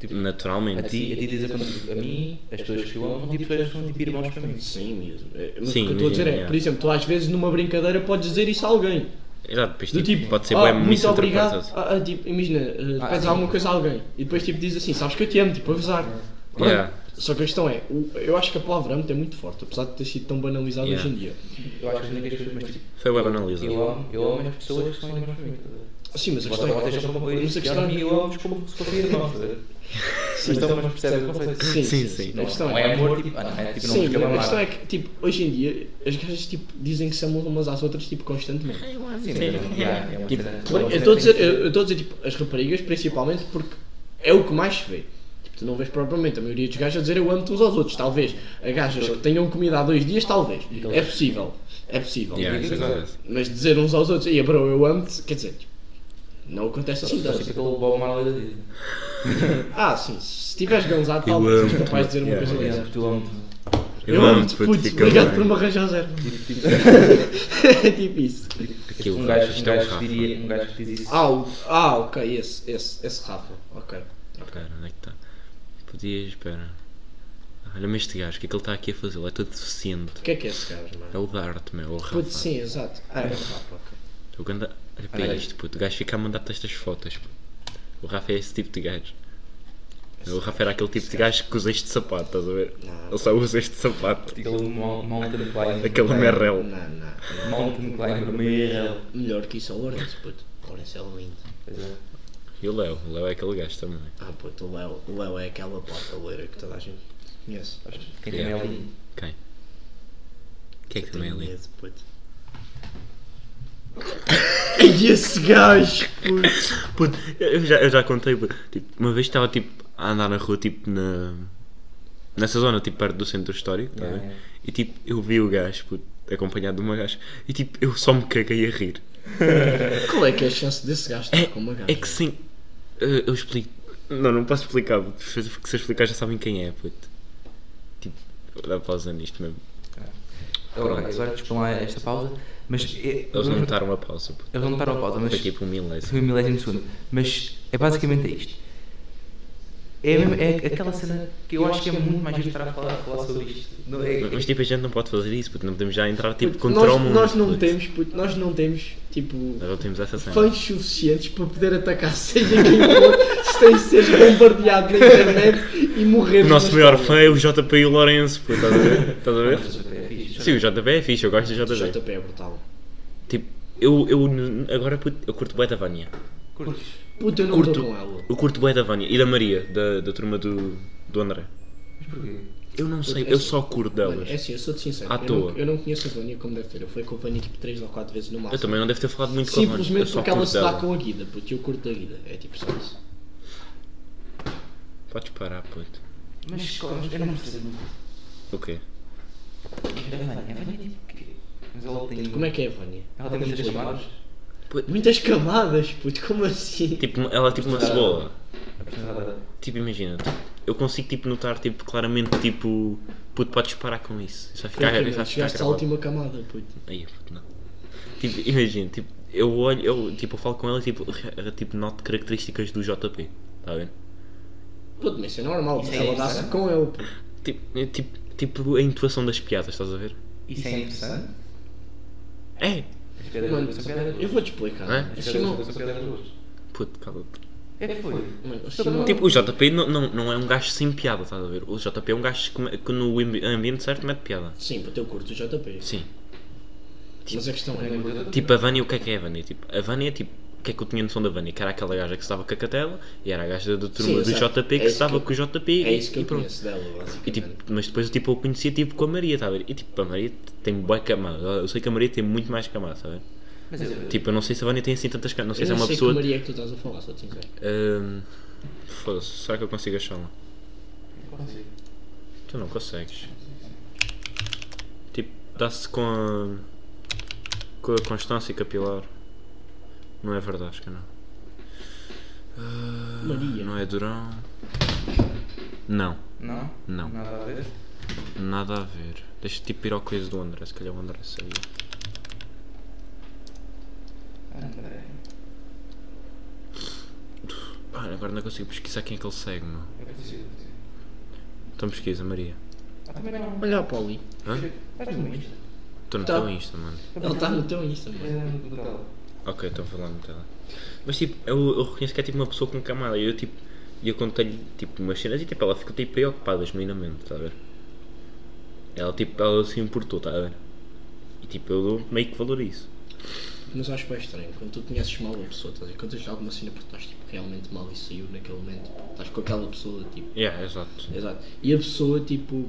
Speaker 2: Tipo, a
Speaker 1: Naturalmente.
Speaker 3: Assim,
Speaker 2: ti, a ti dizes a, quando- a mim, as pessoas que eu amo, são tipo pessoas que são tipo irmãos para mim.
Speaker 3: Sim, mesmo. É, Mas
Speaker 1: Sim,
Speaker 3: o que eu estou a dizer é,
Speaker 1: imagina,
Speaker 3: por exemplo, tu às vezes numa brincadeira podes dizer isso a alguém.
Speaker 1: Exato, depois
Speaker 3: Do
Speaker 1: tipo,
Speaker 3: tipo,
Speaker 1: pode ser
Speaker 3: ah,
Speaker 1: bem
Speaker 3: muito obrigado.
Speaker 1: misinterpretado.
Speaker 3: Ah, ah, tipo, imagina, uh,
Speaker 2: Ah,
Speaker 3: pedes
Speaker 2: sim.
Speaker 3: alguma coisa a alguém e depois tipo dizes assim, sabes que eu te amo, tipo, avisar. Pronto.
Speaker 1: Yeah.
Speaker 3: Só que a questão é, o- eu acho que a palavra amo é muito forte, apesar de ter sido tão banalizada
Speaker 1: Yeah.
Speaker 3: hoje em dia.
Speaker 2: Eu acho que as únicas pessoas, mas tipo,
Speaker 1: Foi web analisa.
Speaker 2: eu amo, eu amo as pessoas que são irmãos para mim. tá a ver?
Speaker 3: Sim, mas a questão
Speaker 2: Vocês
Speaker 3: é.
Speaker 2: são como
Speaker 3: mas a
Speaker 2: eu
Speaker 3: questão
Speaker 2: amo e
Speaker 3: é.
Speaker 2: eu amo como se fossem irmãos. tá a ver? Mas então, mas percebem o conceito.
Speaker 3: Sim, sim,
Speaker 1: Sim,
Speaker 3: sim.
Speaker 1: sim.
Speaker 3: A
Speaker 2: Não,
Speaker 3: questão
Speaker 2: não é amor, tipo, ah, não, é tipo, não
Speaker 3: Sim,
Speaker 2: fica
Speaker 3: mas a
Speaker 2: mamado.
Speaker 3: questão é que, tipo, hoje em dia, as gajas, tipo, dizem que se amam umas às outras, tipo, constantemente.
Speaker 2: Sim, mas, yeah, é uma
Speaker 3: Tipo,
Speaker 2: cena-
Speaker 3: bem, eu estou a dizer, eu- eu estou a dizer, tipo, as raparigas, principalmente, porque é o que mais se vê. Tipo, tu não vês propriamente a maioria dos gajos a dizer eu amo-te uns aos outros, talvez. A gajas que tenham comida há dois dias, talvez. É possível. É possível.
Speaker 1: Yeah, isso acontece.
Speaker 3: Mas dizer uns aos outros, ia bro, eu amo-te, quer dizer, tipo, não acontece assim
Speaker 2: Só
Speaker 3: tanto.
Speaker 2: tipo aquele Bob Marley da vida.
Speaker 3: Ah, sim, se tiveres ganzado, talvez sejas capaz de dizer uma
Speaker 1: Yeah,
Speaker 3: coisa dessas.
Speaker 2: Yeah, tu amo-te.
Speaker 3: Eu amo-te, puto,
Speaker 1: fica
Speaker 3: obrigado
Speaker 1: bem.
Speaker 3: por me arranjar zero.
Speaker 2: tipo,
Speaker 3: É tipo isso.
Speaker 1: Aquilo,
Speaker 2: Um
Speaker 1: gajo,
Speaker 2: gajo, um
Speaker 1: isto é o
Speaker 2: gajo
Speaker 1: Rafa.
Speaker 2: que diria, um gajo que diz isso.
Speaker 3: Ah, o- ah, ok, esse, esse, esse Rafa, ok.
Speaker 1: Cara, onde é que está? Podias, espera. Olha-me este gajo, o que é que ele está aqui a fazer? Ele é todo deficiente.
Speaker 3: O que é que é esse gajo, mano?
Speaker 1: É o Dart, meu, o Rafa.
Speaker 3: Puto, sim, exato. Ah, é o Rafa, ok.
Speaker 1: O ganda... Olha para
Speaker 2: Olha.
Speaker 1: isto, puto. O gajo fica a mandar-te estas fotos. puto. O Rafa é esse tipo de gajo. O Rafa era aquele tipo de gajo que usa este sapato, estás a ver? Ele só usa este sapato.
Speaker 2: tipo, Aquele Mount- Mountain Climber.
Speaker 1: Aquele merrel.
Speaker 3: Não, não.
Speaker 2: Mountain Climber, merrel.
Speaker 3: Melhor que isso é o Lourenço, puto. O Lourenço é lindo.
Speaker 2: Pois é.
Speaker 1: E o Léo. O Léo é aquele gajo também.
Speaker 3: Ah, puto, o Léo, o Léo é aquela placa loira que toda a gente conhece.
Speaker 2: Quem também é lindo.
Speaker 1: Quem? Quem é que também é
Speaker 3: Tenho
Speaker 1: ali?
Speaker 3: medo, puto. E esse gajo, puto.
Speaker 1: Puto, eu já, eu já contei, puto. Tipo, uma vez estava tipo a andar na rua, tipo na. Nessa zona, tipo perto do centro histórico, tá a ver?
Speaker 2: Yeah, yeah.
Speaker 1: E tipo, eu vi o gajo, puto, acompanhado de uma gajo, e tipo, eu só me caguei a rir.
Speaker 3: Qual é que é a chance desse gajo estar com uma gaja?
Speaker 1: É que sim. Eu, eu explico. Não, não posso explicar, puto, porque se eu explicar já sabem quem é, puto. Tipo, dá pausa nisto mesmo.
Speaker 2: Agora, agora desculpa lá esta pausa, mas é-
Speaker 1: Eles não notaram a pausa, puto.
Speaker 2: eles não notaram a pausa, mas
Speaker 1: Foi tipo um milésimo.
Speaker 2: foi um milésimo de segundo. Mas é basicamente isto. É, mesmo- é aquela cena que eu acho que é muito mais giro estar a falar, a falar sobre isto. Não é,
Speaker 1: Mas tipo, a gente não pode fazer isso, puto. Não podemos já entrar tipo
Speaker 3: Puto,
Speaker 1: contra o
Speaker 3: nós,
Speaker 1: mundo.
Speaker 3: nós não
Speaker 1: puto. É
Speaker 3: temos, puto, nós não temos, tipo,
Speaker 1: Nós não temos essa cena.
Speaker 3: fãs suficientes para poder atacar seja quem for, se tem de ser bombardeado na internet e morrer.
Speaker 1: O nosso
Speaker 3: na
Speaker 1: maior
Speaker 3: escola.
Speaker 1: fã
Speaker 3: Ah,
Speaker 1: é o JP e o Lourenço, puto. Estás a ver? Estás a ver?
Speaker 2: fixe.
Speaker 1: Sim, o JB é fixe, eu gosto do
Speaker 3: O
Speaker 1: JB.
Speaker 3: JP é brutal.
Speaker 1: Tipo, eu, eu n- agora puto, eu curto bué da Vânia.
Speaker 2: Curtes?
Speaker 3: Puta, eu não
Speaker 1: Curto.
Speaker 3: estou com ela.
Speaker 1: Eu curto bué da Vânia e da Maria, da, da turma do, do André.
Speaker 2: Mas porquê?
Speaker 1: Eu não sei, eu só curto
Speaker 3: assim. Mano,
Speaker 1: delas.
Speaker 3: é assim, eu sou-te sincero.
Speaker 1: À
Speaker 3: eu,
Speaker 1: toa.
Speaker 3: Não, eu não conheço a Vânia como deve ter. Eu fui com a Vânia tipo 3 ou 4 vezes no máximo.
Speaker 1: Eu também não devo ter falado muito com a Vânia. Eu
Speaker 3: Simplesmente
Speaker 1: só
Speaker 3: porque ela
Speaker 1: curto
Speaker 3: se dá
Speaker 1: dela.
Speaker 3: com a Guida, puto. Eu curto a Guida. É tipo só isso.
Speaker 1: Podes parar, puto.
Speaker 2: Mas qual- eu não percebo.
Speaker 1: O quê?
Speaker 2: É Vânia, é Vânia tipo quê? Mas ela tem.
Speaker 3: Como é que é a Vânia?
Speaker 2: Ela tem muitas chamadas?
Speaker 3: Muitas camadas, puto. Como assim?
Speaker 1: Tipo, ela é tipo uma cebola.
Speaker 2: A personalidade.
Speaker 1: Tipo, imagina, tipo, eu consigo tipo, notar tipo, claramente, tipo, puto, podes parar com isso. Isso vai ficar, isso vai
Speaker 3: Francamente,
Speaker 1: ficar
Speaker 3: Chegaste à
Speaker 1: gravado.
Speaker 3: última camada, puto.
Speaker 1: Aí, puto, não. Tipo, imagina, tipo, eu olho, eu, tipo, eu falo com ela e tipo, re- re- tipo, noto características do JP, tá vendo?
Speaker 3: Puto, mas isso é normal.
Speaker 2: Isso é
Speaker 3: ela
Speaker 2: isso,
Speaker 3: dá-se
Speaker 2: né?
Speaker 3: com ele, puto.
Speaker 1: Tipo, é, tipo, tipo, a intuação das piadas, estás a ver?
Speaker 2: Isso é interessante.
Speaker 1: É!
Speaker 2: As piadas
Speaker 3: Mano,
Speaker 2: são piadas
Speaker 3: eu
Speaker 2: boas.
Speaker 3: vou-te explicar.
Speaker 1: Hã?
Speaker 2: As
Speaker 3: Assim
Speaker 2: piadas
Speaker 3: não-
Speaker 2: são piadas boas.
Speaker 1: Puto, cala-te.
Speaker 2: O que é que foi?
Speaker 3: Mano, assim não-
Speaker 1: Tipo, o JP não, não, não é um gajo sem piada, estás a ver? O JP é um gajo que, que no ambi- ambiente certo mete piada.
Speaker 3: Sim, puto, eu curto o JP.
Speaker 1: Sim.
Speaker 3: Mas a questão é...
Speaker 1: Tipo, a Vânia, o que é que é a Vânia? Tipo, a Vânia é tipo. O que é que eu tinha noção da Vânia? Que era aquela gaja que estava com a catela e era a gaja da turma
Speaker 3: Sim,
Speaker 1: do
Speaker 3: exato.
Speaker 1: JP que
Speaker 3: É isso
Speaker 1: estava
Speaker 3: que-
Speaker 1: com o JP
Speaker 3: É isso que
Speaker 1: e
Speaker 3: eu
Speaker 1: pronto.
Speaker 3: conheço dela,
Speaker 1: E,
Speaker 3: basicamente.
Speaker 1: tipo, mas depois tipo, eu conhecia tipo, com a Maria, tá a ver? E tipo, a Maria tem boa camada. Eu sei que a Maria tem muito mais camada, sabe?
Speaker 2: Mas eu.
Speaker 1: Tipo, eu não sei se a Vânia tem assim tantas camadas. Não sei
Speaker 3: Eu
Speaker 1: se é
Speaker 3: não
Speaker 1: uma
Speaker 3: sei
Speaker 1: pessoa.
Speaker 3: que Maria é que tu estás a falar, só te dizer.
Speaker 1: Ahm, Foda-se, será que eu consigo achá-la?
Speaker 2: consigo.
Speaker 1: Tu não consegues. Tipo, dá-se com a. com a Constância Capilar. Não é verdade, acho que não. Ah,
Speaker 3: Maria.
Speaker 1: Não é Durão. Não,
Speaker 2: Não?
Speaker 1: Não.
Speaker 2: Nada a ver?
Speaker 1: nada a ver. Deixa tipo ir ao coisa do André, se calhar o André sabia.
Speaker 2: André.
Speaker 1: Pá, agora não consigo pesquisar quem é que ele segue, meu.
Speaker 2: Eu consigo.
Speaker 1: Então pesquisa, Maria.
Speaker 2: Ah, também não.
Speaker 3: Olha a Pauli.
Speaker 1: Hã?
Speaker 2: Estás no Insta.
Speaker 1: Estou no
Speaker 3: Tá.
Speaker 1: teu Insta, mano.
Speaker 3: Ele está tá no teu Insta, mano.
Speaker 2: É no total.
Speaker 1: Ok, estou a falar muito dela. Mas tipo, eu, eu reconheço que é tipo uma pessoa com camada. E eu tipo, e eu contei-lhe tipo umas cenas e tipo, ela ficou tipo preocupada, genuinamente, está a ver? Ela tipo, ela se importou, está a ver? E tipo, eu dou meio que valor a isso.
Speaker 3: Mas acho bem estranho, quando tu conheces mal a pessoa, estás a ver? Quando tens alguma cena porque estás tipo, realmente mal e saiu naquele momento, estás com aquela pessoa, tipo.
Speaker 1: Yeah, exato.
Speaker 3: Exato. E a pessoa, tipo.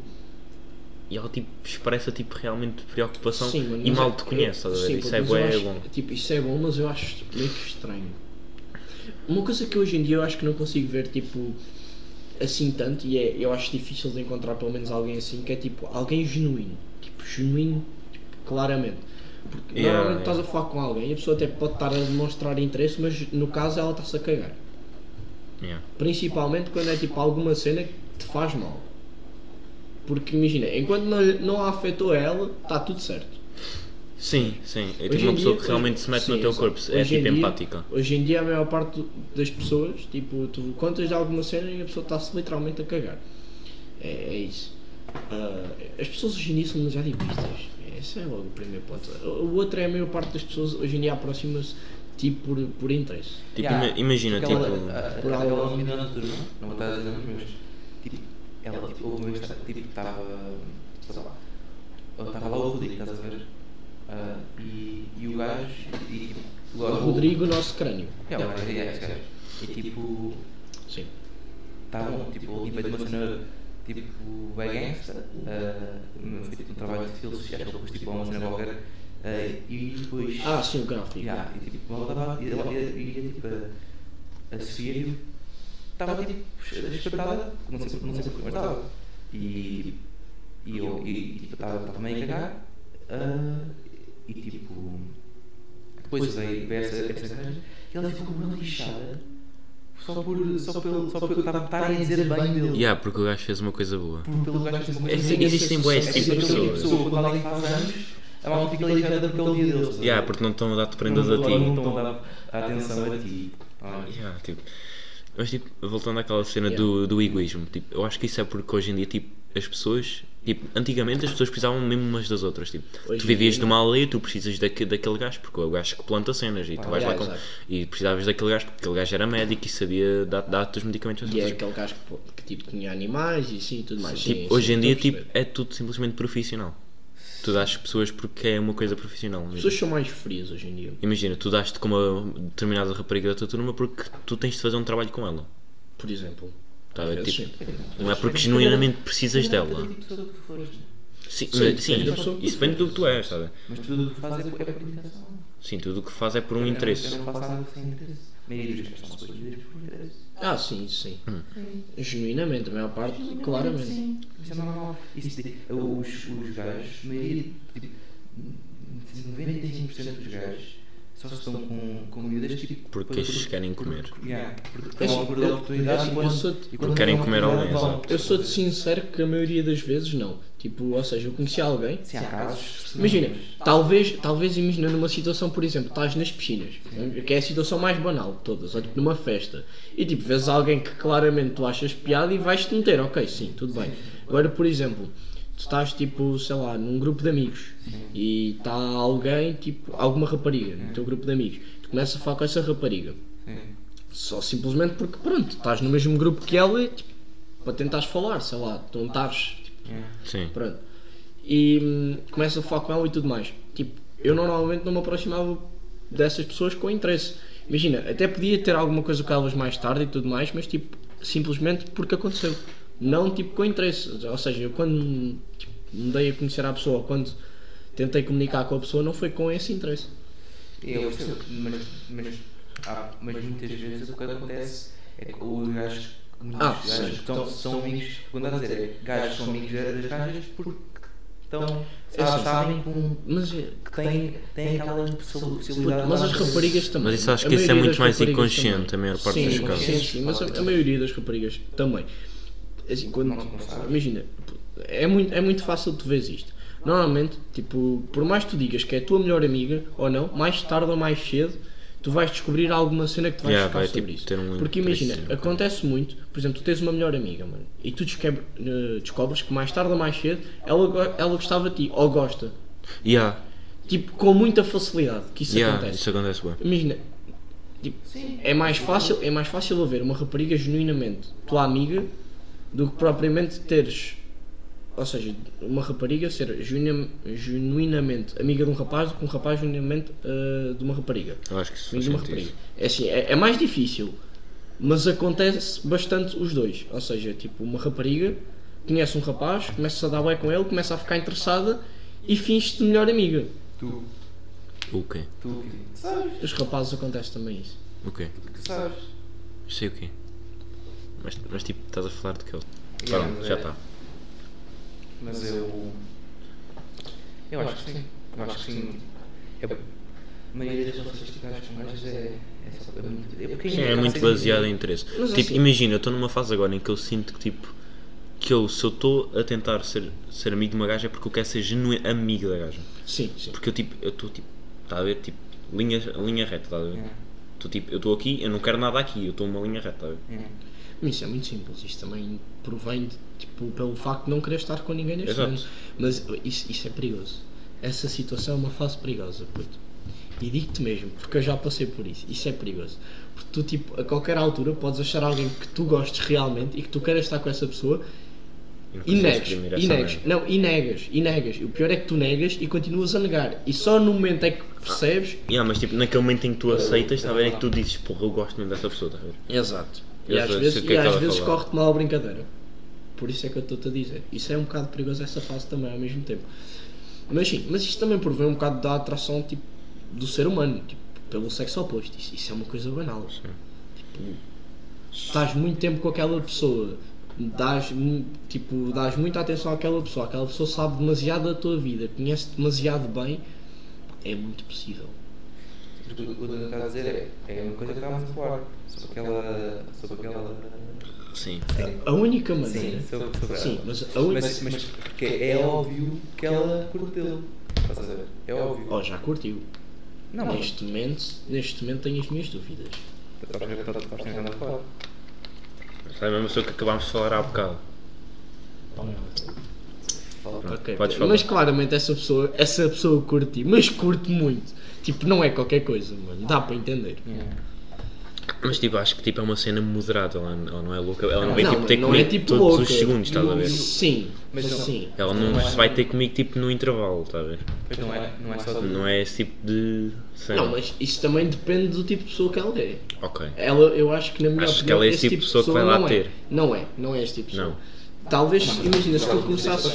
Speaker 1: E ela tipo, expressa tipo realmente preocupação
Speaker 3: sim, mano,
Speaker 1: e
Speaker 3: mas é
Speaker 1: mal
Speaker 3: eu-
Speaker 1: te conhece, estás a ver?
Speaker 3: sim,
Speaker 1: isso
Speaker 3: puto,
Speaker 1: é
Speaker 3: mas
Speaker 1: bué,
Speaker 3: eu
Speaker 1: é
Speaker 3: acho-
Speaker 1: bom.
Speaker 3: Tipo, isso é bom, mas eu acho meio que estranho. Uma coisa que hoje em dia eu acho que não consigo ver, tipo. Assim tanto, e é, eu acho difícil de encontrar pelo menos alguém assim, que é tipo alguém genuíno. Tipo, genuíno, tipo, claramente. Porque
Speaker 1: Yeah,
Speaker 3: normalmente
Speaker 1: yeah.
Speaker 3: estás a falar com alguém e a pessoa até pode estar a demonstrar interesse, mas no caso ela está-se a cagar.
Speaker 1: Yeah.
Speaker 3: Principalmente quando é tipo alguma cena que te faz mal. Porque imagina, enquanto não, não a afetou a ela, está tudo certo.
Speaker 1: Sim, sim. É
Speaker 3: Hoje
Speaker 1: tipo uma
Speaker 3: em
Speaker 1: pessoa
Speaker 3: dia-
Speaker 1: que realmente
Speaker 3: hoje-
Speaker 1: se mete
Speaker 3: sim,
Speaker 1: no teu
Speaker 3: exato.
Speaker 1: corpo, é
Speaker 3: Hoje em
Speaker 1: tipo
Speaker 3: dia-
Speaker 1: empática.
Speaker 3: Hoje em dia a maior parte do- das pessoas, tipo, tu contas de alguma cena e a pessoa está-se literalmente a cagar. É, é isso. Ah, as pessoas hoje em dia são demasiado egoístas. Esse é logo o primeiro ponto. O o outro é a maior parte das pessoas hoje em dia aproxima-se tipo por, por interesse.
Speaker 1: Tipo,
Speaker 2: Yeah.
Speaker 1: ima- imagina,
Speaker 2: Porque
Speaker 1: tipo.
Speaker 2: Ela, a-
Speaker 3: por
Speaker 2: aquela ah,
Speaker 3: algo-
Speaker 2: menina da turma, não vou estar a dizer os meus. Tipo, ela, tipo, houve uma vez que tipo, estava. sei lá. Estava lá o Rodrigo, estás a ver? Ah, e, e o gajo. E, e, o
Speaker 3: O Rodrigo, nosso crânio.
Speaker 2: É, o gajo, é, esse gajo. E tipo.
Speaker 3: Sim.
Speaker 2: Estavam, tipo, ele veio de uma cena. Tipo, bem gangsta. ah, no- foi tipo um trabalho de filosofia, acho que ele pôs tipo uma cena qualquer. ah, e depois.
Speaker 3: Ah, sim, o gráfico.
Speaker 2: Yeah, e tipo, ela estava e ela ia, ia tipo a, a Sofia estava tipo espetada, não sei não sei como estava. E, e eu e, e, tipo, estava estava meio a cagar ah, e tipo depois usei essa essa gaja e ela ficou uma lixada só por só pelo só pelo estarem a dizer bem dele.
Speaker 1: Yeah, porque o gajo fez uma coisa boa.
Speaker 2: Pelo gajo fez uma coisa
Speaker 1: Existem, existem bué esse
Speaker 2: é
Speaker 1: tipo
Speaker 2: tipo
Speaker 1: de
Speaker 2: aquele
Speaker 1: pessoas.
Speaker 2: pessoa quando alguém faz anos, a malta fica lixada pelo dia dele. sabe?
Speaker 1: Yeah, porque não estão a dar-te prendas a ti.
Speaker 2: Não estão a dar atenção a ti. Ah,
Speaker 1: Yeah, tipo, mas tipo, voltando àquela cena do, do egoísmo, tipo, eu acho que isso é porque hoje em dia, tipo, as pessoas, tipo, antigamente as pessoas precisavam mesmo umas das outras, tipo,
Speaker 3: Hoje
Speaker 1: tu
Speaker 3: em
Speaker 1: vivias
Speaker 3: dia,
Speaker 1: numa aldeia, tu precisas daque, daquele gajo, porque é o gajo que planta cenas e tu vais lá
Speaker 3: yeah,
Speaker 1: com,
Speaker 3: exato.
Speaker 1: e precisavas daquele gajo, porque aquele gajo era médico e sabia dar- dar-te os medicamentos. às
Speaker 3: E é
Speaker 1: pessoas.
Speaker 3: aquele gajo que, pô- que, tipo tinha animais e sim tudo mais.
Speaker 1: Tipo,
Speaker 3: Sim, sim,
Speaker 1: hoje em
Speaker 3: estou a
Speaker 1: dia, tipo,
Speaker 3: perceber.
Speaker 1: é tudo simplesmente profissional. Tu dás pessoas porque é uma coisa profissional. mesmo.
Speaker 3: As pessoas são mais frias hoje em dia.
Speaker 1: Imagina, tu dás-te com uma determinada rapariga da tua turma porque tu tens de fazer um trabalho com ela.
Speaker 3: Por exemplo.
Speaker 1: Tá,
Speaker 3: Às vezes,
Speaker 1: tipo,
Speaker 3: sim.
Speaker 1: não é porque genuinamente precisas dela.
Speaker 2: Tipo,
Speaker 1: Sim,
Speaker 3: Sim,
Speaker 1: mas- sim,
Speaker 3: depende da pessoa.
Speaker 1: isso depende do que tu és, sabe?
Speaker 2: Mas tudo o que faz é por é por indicação.
Speaker 1: Sim, tudo o que faz é por um
Speaker 2: Eu
Speaker 1: interesse.
Speaker 2: não faço nada sem interesse. A maioria dos gajos são suas vidas por interesse.
Speaker 3: Ah, sim, sim. Genuinamente, a maior parte, claramente.
Speaker 2: Isso é normal. Isso, de- os, os gajos, a maioria, tipo, 95% dos gajos só estão com, com miúdas tipo,
Speaker 1: Porque
Speaker 2: por-
Speaker 1: lhes querem comer.
Speaker 2: Yeah, porque
Speaker 3: Assim,
Speaker 2: estão à procura de
Speaker 3: eu-
Speaker 2: oportunidades
Speaker 3: assim,
Speaker 2: e
Speaker 3: eu
Speaker 2: quando-
Speaker 3: sou-
Speaker 2: e quando
Speaker 1: querem
Speaker 2: têm
Speaker 1: comer
Speaker 2: oportunidade,
Speaker 1: alguém,
Speaker 2: vão.
Speaker 3: Eu sou-te sincero que a maioria das vezes não. Tipo, ou seja, eu conheci alguém.
Speaker 2: Se há casos, se não,
Speaker 3: Imagina,
Speaker 2: mas-
Speaker 3: talvez, talvez imagina numa situação, por exemplo, estás nas piscinas, que é a situação mais banal de todas, ou tipo numa festa, e tipo, vês alguém que claramente tu achas piada e vais-te meter, ok, sim, tudo bem. Agora, por exemplo, tu estás tipo, sei lá, num grupo de amigos e está alguém, tipo, alguma rapariga no teu grupo de amigos, tu começas a falar com essa rapariga,
Speaker 2: Sim.
Speaker 3: só simplesmente porque, pronto, estás no mesmo grupo que ela e tipo, para tentares falar, sei lá, tu não estás tipo,
Speaker 1: Sim.
Speaker 3: Pronto. E hum, começa a falar com ela e tudo mais. Tipo, eu normalmente não me aproximava dessas pessoas com interesse. Imagina, até podia ter alguma coisa com elas mais tarde e tudo mais, mas tipo, simplesmente porque aconteceu. Não tipo com interesse. Ou seja, eu quando tipo, me dei a conhecer a pessoa, quando tentei comunicar com a pessoa, não foi com esse interesse.
Speaker 2: Eu percebo, mas, mas, há- mas muitas vezes o que acontece é que os gajos, muitos
Speaker 3: Ah,
Speaker 2: gajos
Speaker 3: sim.
Speaker 2: que são, Então, são amigos, quando estás a dizer, é, gajos são amigos das gajas porque estão, sa-
Speaker 3: sim.
Speaker 2: sabem que, um-
Speaker 3: Mas, é-
Speaker 2: que têm, têm aquela possibilidade.
Speaker 3: puto, mas as raparigas também.
Speaker 1: Mas isso acho
Speaker 3: A
Speaker 1: que isso é
Speaker 3: maioria
Speaker 1: muito
Speaker 3: das
Speaker 1: mais
Speaker 3: raparigas
Speaker 1: inconsciente,
Speaker 3: também.
Speaker 1: a maior parte
Speaker 3: sim,
Speaker 1: dos
Speaker 3: sim,
Speaker 1: casos.
Speaker 3: Sim, mas a, a maioria das raparigas também. Assim, quando, imagina, é muito, é muito fácil tu vês isto. Normalmente, tipo, por mais que tu digas que é a tua melhor amiga ou não, mais tarde ou mais cedo, tu vais descobrir alguma cena que te vais
Speaker 1: Yeah,
Speaker 3: chocar
Speaker 1: vai,
Speaker 3: sobre
Speaker 1: tipo,
Speaker 3: isso.
Speaker 1: ter um
Speaker 3: Porque
Speaker 1: interesse
Speaker 3: imagina,
Speaker 1: sempre.
Speaker 3: acontece muito, por exemplo, tu tens uma melhor amiga, mano, e tu desqueb- eh, descobres que mais tarde ou mais cedo ela, go- ela gostava de ti, ou gosta.
Speaker 1: Yeah,
Speaker 3: Tipo, com muita facilidade que isso
Speaker 1: yeah,
Speaker 3: acontece.
Speaker 1: isso acontece bem.
Speaker 3: Imagina, tipo, é mais fácil, é mais fácil haver uma rapariga genuinamente tua amiga do que propriamente teres, ou seja, uma rapariga ser genuina- genuinamente amiga de um rapaz do que um rapaz genuinamente ah, de uma rapariga.
Speaker 1: Eu acho que isso faz
Speaker 3: Amigo de uma
Speaker 1: sentido.
Speaker 3: rapariga. É assim, é, é mais difícil, mas acontece bastante os dois. Ou seja, tipo, uma rapariga conhece um rapaz, começa a dar bem com ele, começa a ficar interessada e finge-te melhor amiga.
Speaker 2: Tu,
Speaker 1: O quê?
Speaker 2: tu que sabes,
Speaker 3: Os rapazes acontece também isso.
Speaker 1: O quê?
Speaker 2: que sabes.
Speaker 1: Sei o quê. Mas, mas tipo, estás a falar de que ele.
Speaker 2: Yeah,
Speaker 1: Pronto,
Speaker 2: mas
Speaker 1: já
Speaker 2: é-
Speaker 1: está.
Speaker 2: Mas eu. Eu acho que sim. Eu acho que sim. É, a maioria das relações que tens com gajas é, é, só- é muito. É, porque
Speaker 1: Sim, é muito baseado em interesse. tipo, imagina, eu estou numa fase agora em que eu sinto que tipo que eu se eu estou a tentar ser, ser amigo de uma gaja é porque eu quero ser genuíno amigo da gaja.
Speaker 3: Sim, sim.
Speaker 1: Porque eu tipo, eu estou tipo, está a ver, tipo, linha, linha reta, está a ver? Tô, tipo, eu estou aqui, eu não quero nada aqui, eu estou uma linha reta, está a ver?
Speaker 3: Mas isso é muito simples, isto também provém de, tipo, pelo facto de não querer estar com ninguém neste
Speaker 1: Exato.
Speaker 3: momento. Mas isso, isso é perigoso. Essa situação é uma fase perigosa, puto. E digo-te mesmo, porque eu já passei por isso, isso é perigoso. Porque tu, tipo, a qualquer altura podes achar alguém que tu gostes realmente e que tu queres estar com essa pessoa
Speaker 1: não
Speaker 3: e
Speaker 1: consigo
Speaker 3: negas,
Speaker 1: exprimir
Speaker 3: e
Speaker 1: essa
Speaker 3: negas,
Speaker 1: merda.
Speaker 3: não, e negas, e negas. E o pior é que tu negas e continuas a negar. E só no momento é que
Speaker 1: Ah.
Speaker 3: percebes.
Speaker 1: Yeah, mas tipo, naquele momento em que tu aceitas, está a ver? É que tu dizes, porra, eu gosto mesmo dessa pessoa, está a ver?
Speaker 3: Exato. E
Speaker 1: Eu
Speaker 3: às
Speaker 1: sei- sei
Speaker 3: vezes,
Speaker 1: o que
Speaker 3: e
Speaker 1: é que
Speaker 3: às
Speaker 1: ela
Speaker 3: vezes
Speaker 1: fala.
Speaker 3: corre-te mal a brincadeira. Por isso é que eu estou-te a dizer. Isso é um bocado perigoso essa fase também ao mesmo tempo. Mas sim, mas isto também provém um bocado da atração tipo, do ser humano, tipo, pelo sexo oposto. Isso, isso é uma coisa banal. Tipo, estás muito tempo com aquela pessoa, dás, mu- tipo, dás muita atenção àquela pessoa, aquela pessoa sabe demasiado da tua vida, conhece-te demasiado bem, é muito possível.
Speaker 2: O que o Daniel está a dizer é, é uma coisa que estávamos a falar. Sobre aquela. Sobre aquela.
Speaker 1: Sim.
Speaker 3: A única maneira.
Speaker 2: Sim, sobre, sobre
Speaker 3: Sim, mas a única.
Speaker 2: Mas, mas porque é óbvio que ela curteu. Estás a ver? É óbvio.
Speaker 3: Oh, já curtiu.
Speaker 2: Não, mas.
Speaker 3: Neste momento, neste momento tenho as minhas dúvidas.
Speaker 2: Estás a ver? Estás a ver? Estás a falar.
Speaker 1: É a mesma pessoa que acabámos de falar há bocado.
Speaker 3: Ok,
Speaker 1: podes falar.
Speaker 3: mas claramente essa pessoa, essa pessoa curti, mas curte muito. Tipo, não é qualquer coisa, mano. Dá para entender.
Speaker 1: Mas tipo, acho que tipo, é uma cena moderada, ela, ela não é louca, ela não vai
Speaker 3: não,
Speaker 1: tipo, ter
Speaker 3: não é
Speaker 1: comigo
Speaker 3: tipo
Speaker 1: todos
Speaker 3: louca.
Speaker 1: os segundos, estás a ver?
Speaker 3: Sim,
Speaker 2: Mas
Speaker 3: mas
Speaker 2: não-
Speaker 3: sim.
Speaker 1: Ela não se vai ter comigo tipo no intervalo, estás a ver?
Speaker 2: Pois não é, não é só de...
Speaker 1: Não é esse tipo de cena.
Speaker 3: Não, mas isso também depende do tipo de pessoa que ela é.
Speaker 1: Ok.
Speaker 3: Ela, eu acho que na minha
Speaker 1: Achas
Speaker 3: opinião,
Speaker 1: que ela é
Speaker 3: esse tipo de
Speaker 1: pessoa que vai lá
Speaker 3: não é.
Speaker 1: ter?
Speaker 3: Não é, não é esse tipo de pessoa.
Speaker 1: Não.
Speaker 3: Talvez, imagina, se tu começasses...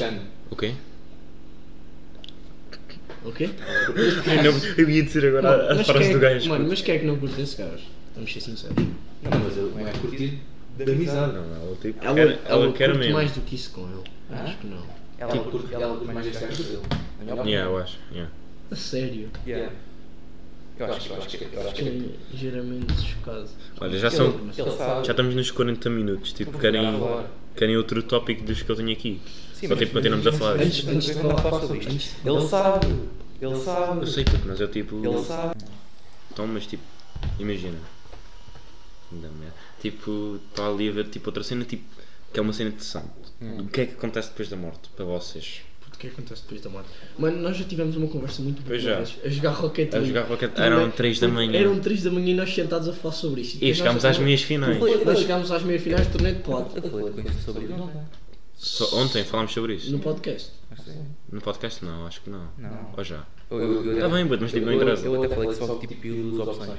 Speaker 1: O quê?
Speaker 3: O quê?
Speaker 1: Eu, não, eu ia dizer agora a
Speaker 3: Mas quem
Speaker 1: frase
Speaker 3: é
Speaker 1: do
Speaker 3: que-
Speaker 1: gajo.
Speaker 3: Mano, mas quem é que não curte esse gajo? Vamos ser sinceros.
Speaker 2: Não, mas eu não é curtir da amizade.
Speaker 1: Não, ela tipo,
Speaker 3: Ela,
Speaker 1: quer,
Speaker 3: ela,
Speaker 1: ela quer
Speaker 3: curte
Speaker 1: mesmo.
Speaker 3: mais do que isso com ele. Acho que não.
Speaker 2: Ela curte ela curte mais este gajo que eu. Na minha opinião.
Speaker 1: Yeah, eu acho. Yeah.
Speaker 3: A sério.
Speaker 2: Yeah. Eu acho que, eu acho que, eu acho que.
Speaker 3: Fiquei ligeiramente chocado.
Speaker 1: Olha, já são.
Speaker 2: Ele sabe.
Speaker 1: Já estamos nos 40 minutos, tipo, querem, querem outro tópico dos que eu tenho aqui. Só
Speaker 2: mas-
Speaker 1: tipo continuamos a falar.
Speaker 3: Antes, antes de falar,
Speaker 2: Fala sobre isto. Ele sabe, ele
Speaker 1: Eu
Speaker 2: sabe,
Speaker 1: sei, puto, mas eu tipo.
Speaker 2: ele sabe.
Speaker 1: Então, mas tipo, imagina. Ainda merda. Tipo, está ali a ver tipo, outra cena, tipo, que é uma cena interessante.
Speaker 2: Hum.
Speaker 1: O que é que acontece depois da morte para vocês?
Speaker 3: Puto, O que é que acontece depois da morte? Mano, nós já tivemos uma conversa muito boa
Speaker 1: Pois já.
Speaker 3: uma vez, a jogar Rocket
Speaker 1: A
Speaker 3: League.
Speaker 1: jogar Rocket League.
Speaker 3: Também-
Speaker 2: um
Speaker 1: Eram três da manhã.
Speaker 3: Eram 3 da manhã e nós sentados a falar sobre isto.
Speaker 1: E chegámos às meias finais.
Speaker 3: Nós chegámos às meias finais do torneio de plata.
Speaker 2: Eu falei com isto sobre ele ontem.
Speaker 1: Só ontem falámos sobre isso.
Speaker 3: No podcast.
Speaker 1: No podcast não, acho que não.
Speaker 2: Não.
Speaker 1: Ou já?
Speaker 2: Eu- eu- eu-
Speaker 1: Tá bem, puto, mas tipo, não
Speaker 2: eu-
Speaker 1: interessa.
Speaker 2: Eu até falei que só tipo duas opções.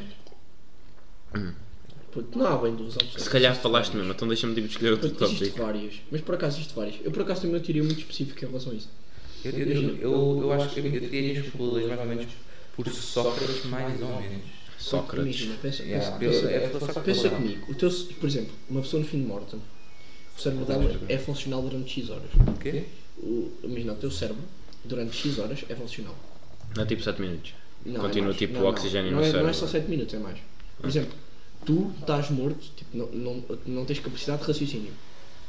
Speaker 3: Puto, não há bem duas opções.
Speaker 1: Se calhar falaste mesmo, então deixa-me tipo, escolher outro
Speaker 3: Puto, existe
Speaker 1: tópico.
Speaker 3: várias. Mas por acaso existe várias. Eu por acaso tenho uma teoria muito específica em relação a isso.
Speaker 2: Eu, eu, eu, eu, eu acho que eu eu teria as conclusões mais ou menos por Sócrates, mais ou menos.
Speaker 1: Sócrates.
Speaker 3: Imagina, pensa,
Speaker 2: Yeah,
Speaker 3: pensa,
Speaker 2: eu-
Speaker 3: pensa,
Speaker 2: é pela Sócrates
Speaker 3: pensa
Speaker 2: não.
Speaker 3: comigo. O teu, por exemplo, uma pessoa no fim de morte, o cérebro dela é funcional durante X horas.
Speaker 2: O quê?
Speaker 3: O, imagina, o teu cérebro, durante X horas, é funcional.
Speaker 1: Não, tipo 7 minutos.
Speaker 3: Não, é
Speaker 1: Continua
Speaker 3: mais.
Speaker 1: tipo
Speaker 3: Não, não.
Speaker 1: oxigênio
Speaker 3: não
Speaker 1: no
Speaker 3: é,
Speaker 1: cérebro.
Speaker 3: Não é só 7 minutos, é mais. Por exemplo, tu estás morto, tipo, não, não, não tens capacidade de raciocínio.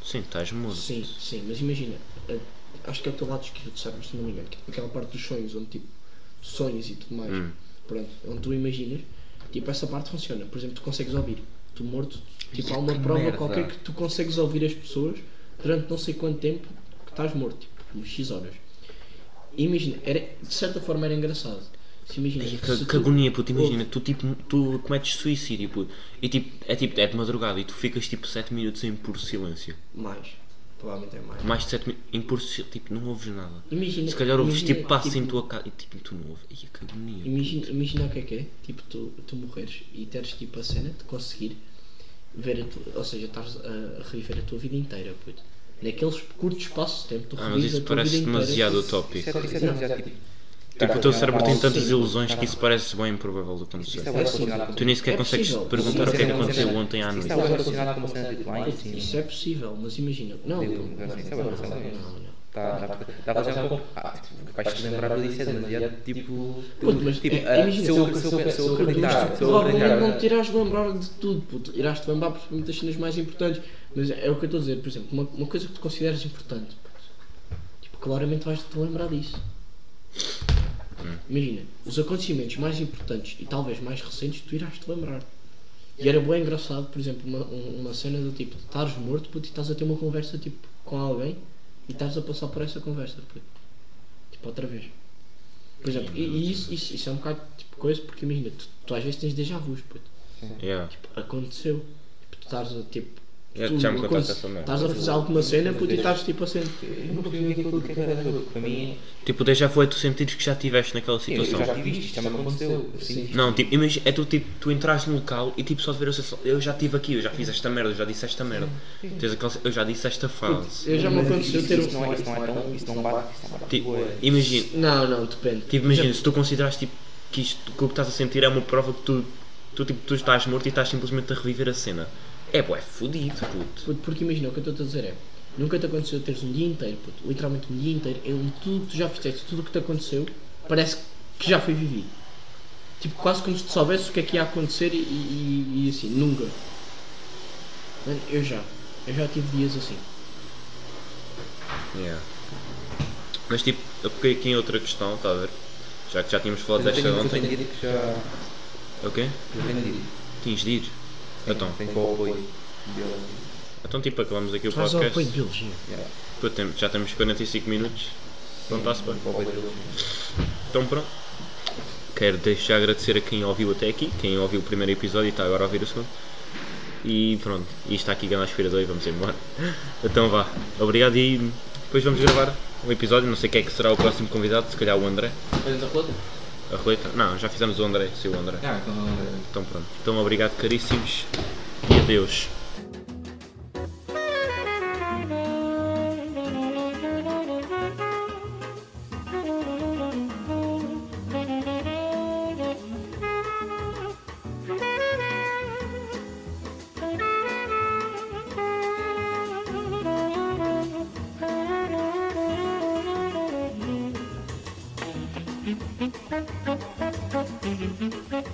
Speaker 1: Sim, estás mudo.
Speaker 3: Sim, sim, mas imagina, a- acho que é o teu lado esquerdo do cérebro, se não me engano, que é aquela parte dos sonhos, onde tipo, sonhos e tudo mais,
Speaker 1: Hum.
Speaker 3: pronto, é onde tu imaginas, tipo, essa parte funciona. Por exemplo, tu consegues ouvir, tu morto, tipo, há uma prova
Speaker 2: merda.
Speaker 3: qualquer que tu consegues ouvir as pessoas durante não sei quanto tempo que estás morto, tipo, como X horas. E imagina, era, de certa forma era engraçado. Se imagina,
Speaker 1: Ai,
Speaker 3: se
Speaker 1: Que, que
Speaker 3: tu-
Speaker 1: agonia, puto, imagina, tu tipo, tu cometes suicídio, puto, e tipo, é tipo, é de madrugada e tu ficas tipo 7 minutos em puro silêncio.
Speaker 3: Mais, provavelmente é mais.
Speaker 1: Mais de 7 minutos, em puro silêncio, tipo, não ouves nada.
Speaker 3: Imagina,
Speaker 1: Se calhar ouves
Speaker 3: imagina,
Speaker 1: tipo passos em
Speaker 3: tipo,
Speaker 1: tua casa e tipo, tu não ouves. Ai, que agonia.
Speaker 3: Imagina, imagina o que é que é, tipo, tu, tu morreres e teres tipo a cena de conseguir ver a tua, ou seja, estás a, a reviver a tua vida inteira, puto. Naqueles curtos espaços de tempo, tu
Speaker 1: Ah, mas
Speaker 3: revives a
Speaker 1: isso
Speaker 3: tua vida
Speaker 1: parece
Speaker 3: inteira.
Speaker 1: demasiado utópico.
Speaker 2: Isso é, isso é demasiado tipo.
Speaker 1: Tipo, o teu cérebro tem tantas ilusões que isso parece bem improvável de acontecer.
Speaker 2: Isso é bué relacionado com
Speaker 1: Tu nem sequer
Speaker 3: É
Speaker 1: consegues
Speaker 3: possível.
Speaker 1: perguntar o que é que
Speaker 2: Isso é uma
Speaker 1: aconteceu
Speaker 2: cena-
Speaker 1: ontem à
Speaker 2: Isso
Speaker 1: noite.
Speaker 2: é bué relacionado com uma cena de lá em
Speaker 3: Puto,
Speaker 2: cima.
Speaker 3: Isso é possível, mas imagina, não,
Speaker 2: Digo,
Speaker 3: puto,
Speaker 2: assim, isso é bué
Speaker 3: não,
Speaker 2: relacionado com
Speaker 3: não,
Speaker 2: isso.
Speaker 3: não.
Speaker 2: Tá, tá, tá relacionado com. Ah, tipo, vais te lembrar disso, é demasiado tipo.
Speaker 3: Puto, mas,
Speaker 2: tipo,
Speaker 3: é,
Speaker 2: ah,
Speaker 3: imagina,
Speaker 2: se eu- se eu- se eu acreditar,
Speaker 3: Mas
Speaker 2: se eu
Speaker 3: provavelmente não tipo,
Speaker 2: acreditar.
Speaker 3: te irás lembrar de tudo, puto. Irás-te lembrar principalmente das cenas mais importantes. Mas é o que eu estou a dizer, por exemplo, uma, uma coisa que tu consideras importante, puto. Tipo, claramente vais-te lembrar disso. Imagina, os acontecimentos mais importantes e talvez mais recentes, tu irás-te lembrar. E era bem engraçado, por exemplo, uma, um- uma cena do tipo, estás morto, puto, e estás a ter uma conversa, tipo, com alguém e estás a passar por essa conversa, puto. Tipo, outra vez. Por exemplo, e, e isso, isso, isso é um bocado tipo coisa, porque imagina, tu, tu às vezes tens déjà vus, puto.
Speaker 1: Yeah.
Speaker 3: Aconteceu. Tipo, tu estás a tipo.
Speaker 1: É,
Speaker 3: tu
Speaker 1: já me contaste
Speaker 3: aconte-
Speaker 1: essa merda.
Speaker 3: Estás a fazer alguma cena, puto, e estás tipo assim.
Speaker 2: Eu não percebi o que é que eu- o que é que era jogo. Para mim,
Speaker 1: Tipo, desde já foi tu sentires que já estiveste naquela
Speaker 2: eu
Speaker 1: situação.
Speaker 2: já tive isto, isto já me aconteceu. Assim,
Speaker 1: Não, tipo, imagina, é tu tipo, tu entraste no local e tipo só de ver o seu eu já estive aqui, eu já fiz esta merda, eu já disse esta merda. Tens aquela, eu já disse esta frase.
Speaker 3: Eu já me aconteceu ter
Speaker 2: Isso não é,
Speaker 3: um.
Speaker 2: isso não é tão. Isso não bate. Isso não bate.
Speaker 1: Tipo, imagina,
Speaker 3: Não, não, depende.
Speaker 1: tipo, imagina, se tu consideras tipo, que isto que o que estás a sentir é uma prova que tu, tu, tipo, tu estás morto e estás simplesmente a reviver a cena. É boé, fodido, puto.
Speaker 3: Puto, porque imagina, o que eu estou a dizer é. Nunca te aconteceu teres um dia inteiro, puto, literalmente um dia inteiro, em tudo que tu já fizeste, tudo o que te aconteceu, parece que já foi vivido. Tipo, quase como se tu soubesses o que é que ia acontecer e, e, e assim, nunca. Mano, Eu já. Eu já tive dias assim.
Speaker 1: Yeah. Mas tipo, eu peguei aqui em outra questão, está a ver? Já que já tínhamos falado
Speaker 2: Mas eu
Speaker 1: desta
Speaker 2: tenho- eu
Speaker 1: ontem.
Speaker 2: tenho dito que já.
Speaker 1: Ok?
Speaker 2: Eu tenho dito.
Speaker 1: Tinhas de ir. Então,
Speaker 2: Tenho com o apoio.
Speaker 1: então tipo, acabamos aqui o
Speaker 3: Faz ao
Speaker 1: podcast.
Speaker 3: apoio deles, gente.
Speaker 1: Quanto tempo? Já temos 45 minutos. Não está-se bem. Então pronto. Quero deixar agradecer a quem ouviu até aqui, quem ouviu o primeiro episódio e está agora a ouvir o segundo. E pronto, isto está aqui ganhar aspirador e vamos embora. Então vá, obrigado e depois vamos gravar um episódio. Não sei quem é que será o próximo convidado, se calhar o André.
Speaker 2: Fazemos a roleta?
Speaker 1: A roleta? Não, já fizemos o André, sei o André.
Speaker 2: Ah, então não é.
Speaker 1: Então pronto, então obrigado caríssimos e adeus.
Speaker 8: Thank you.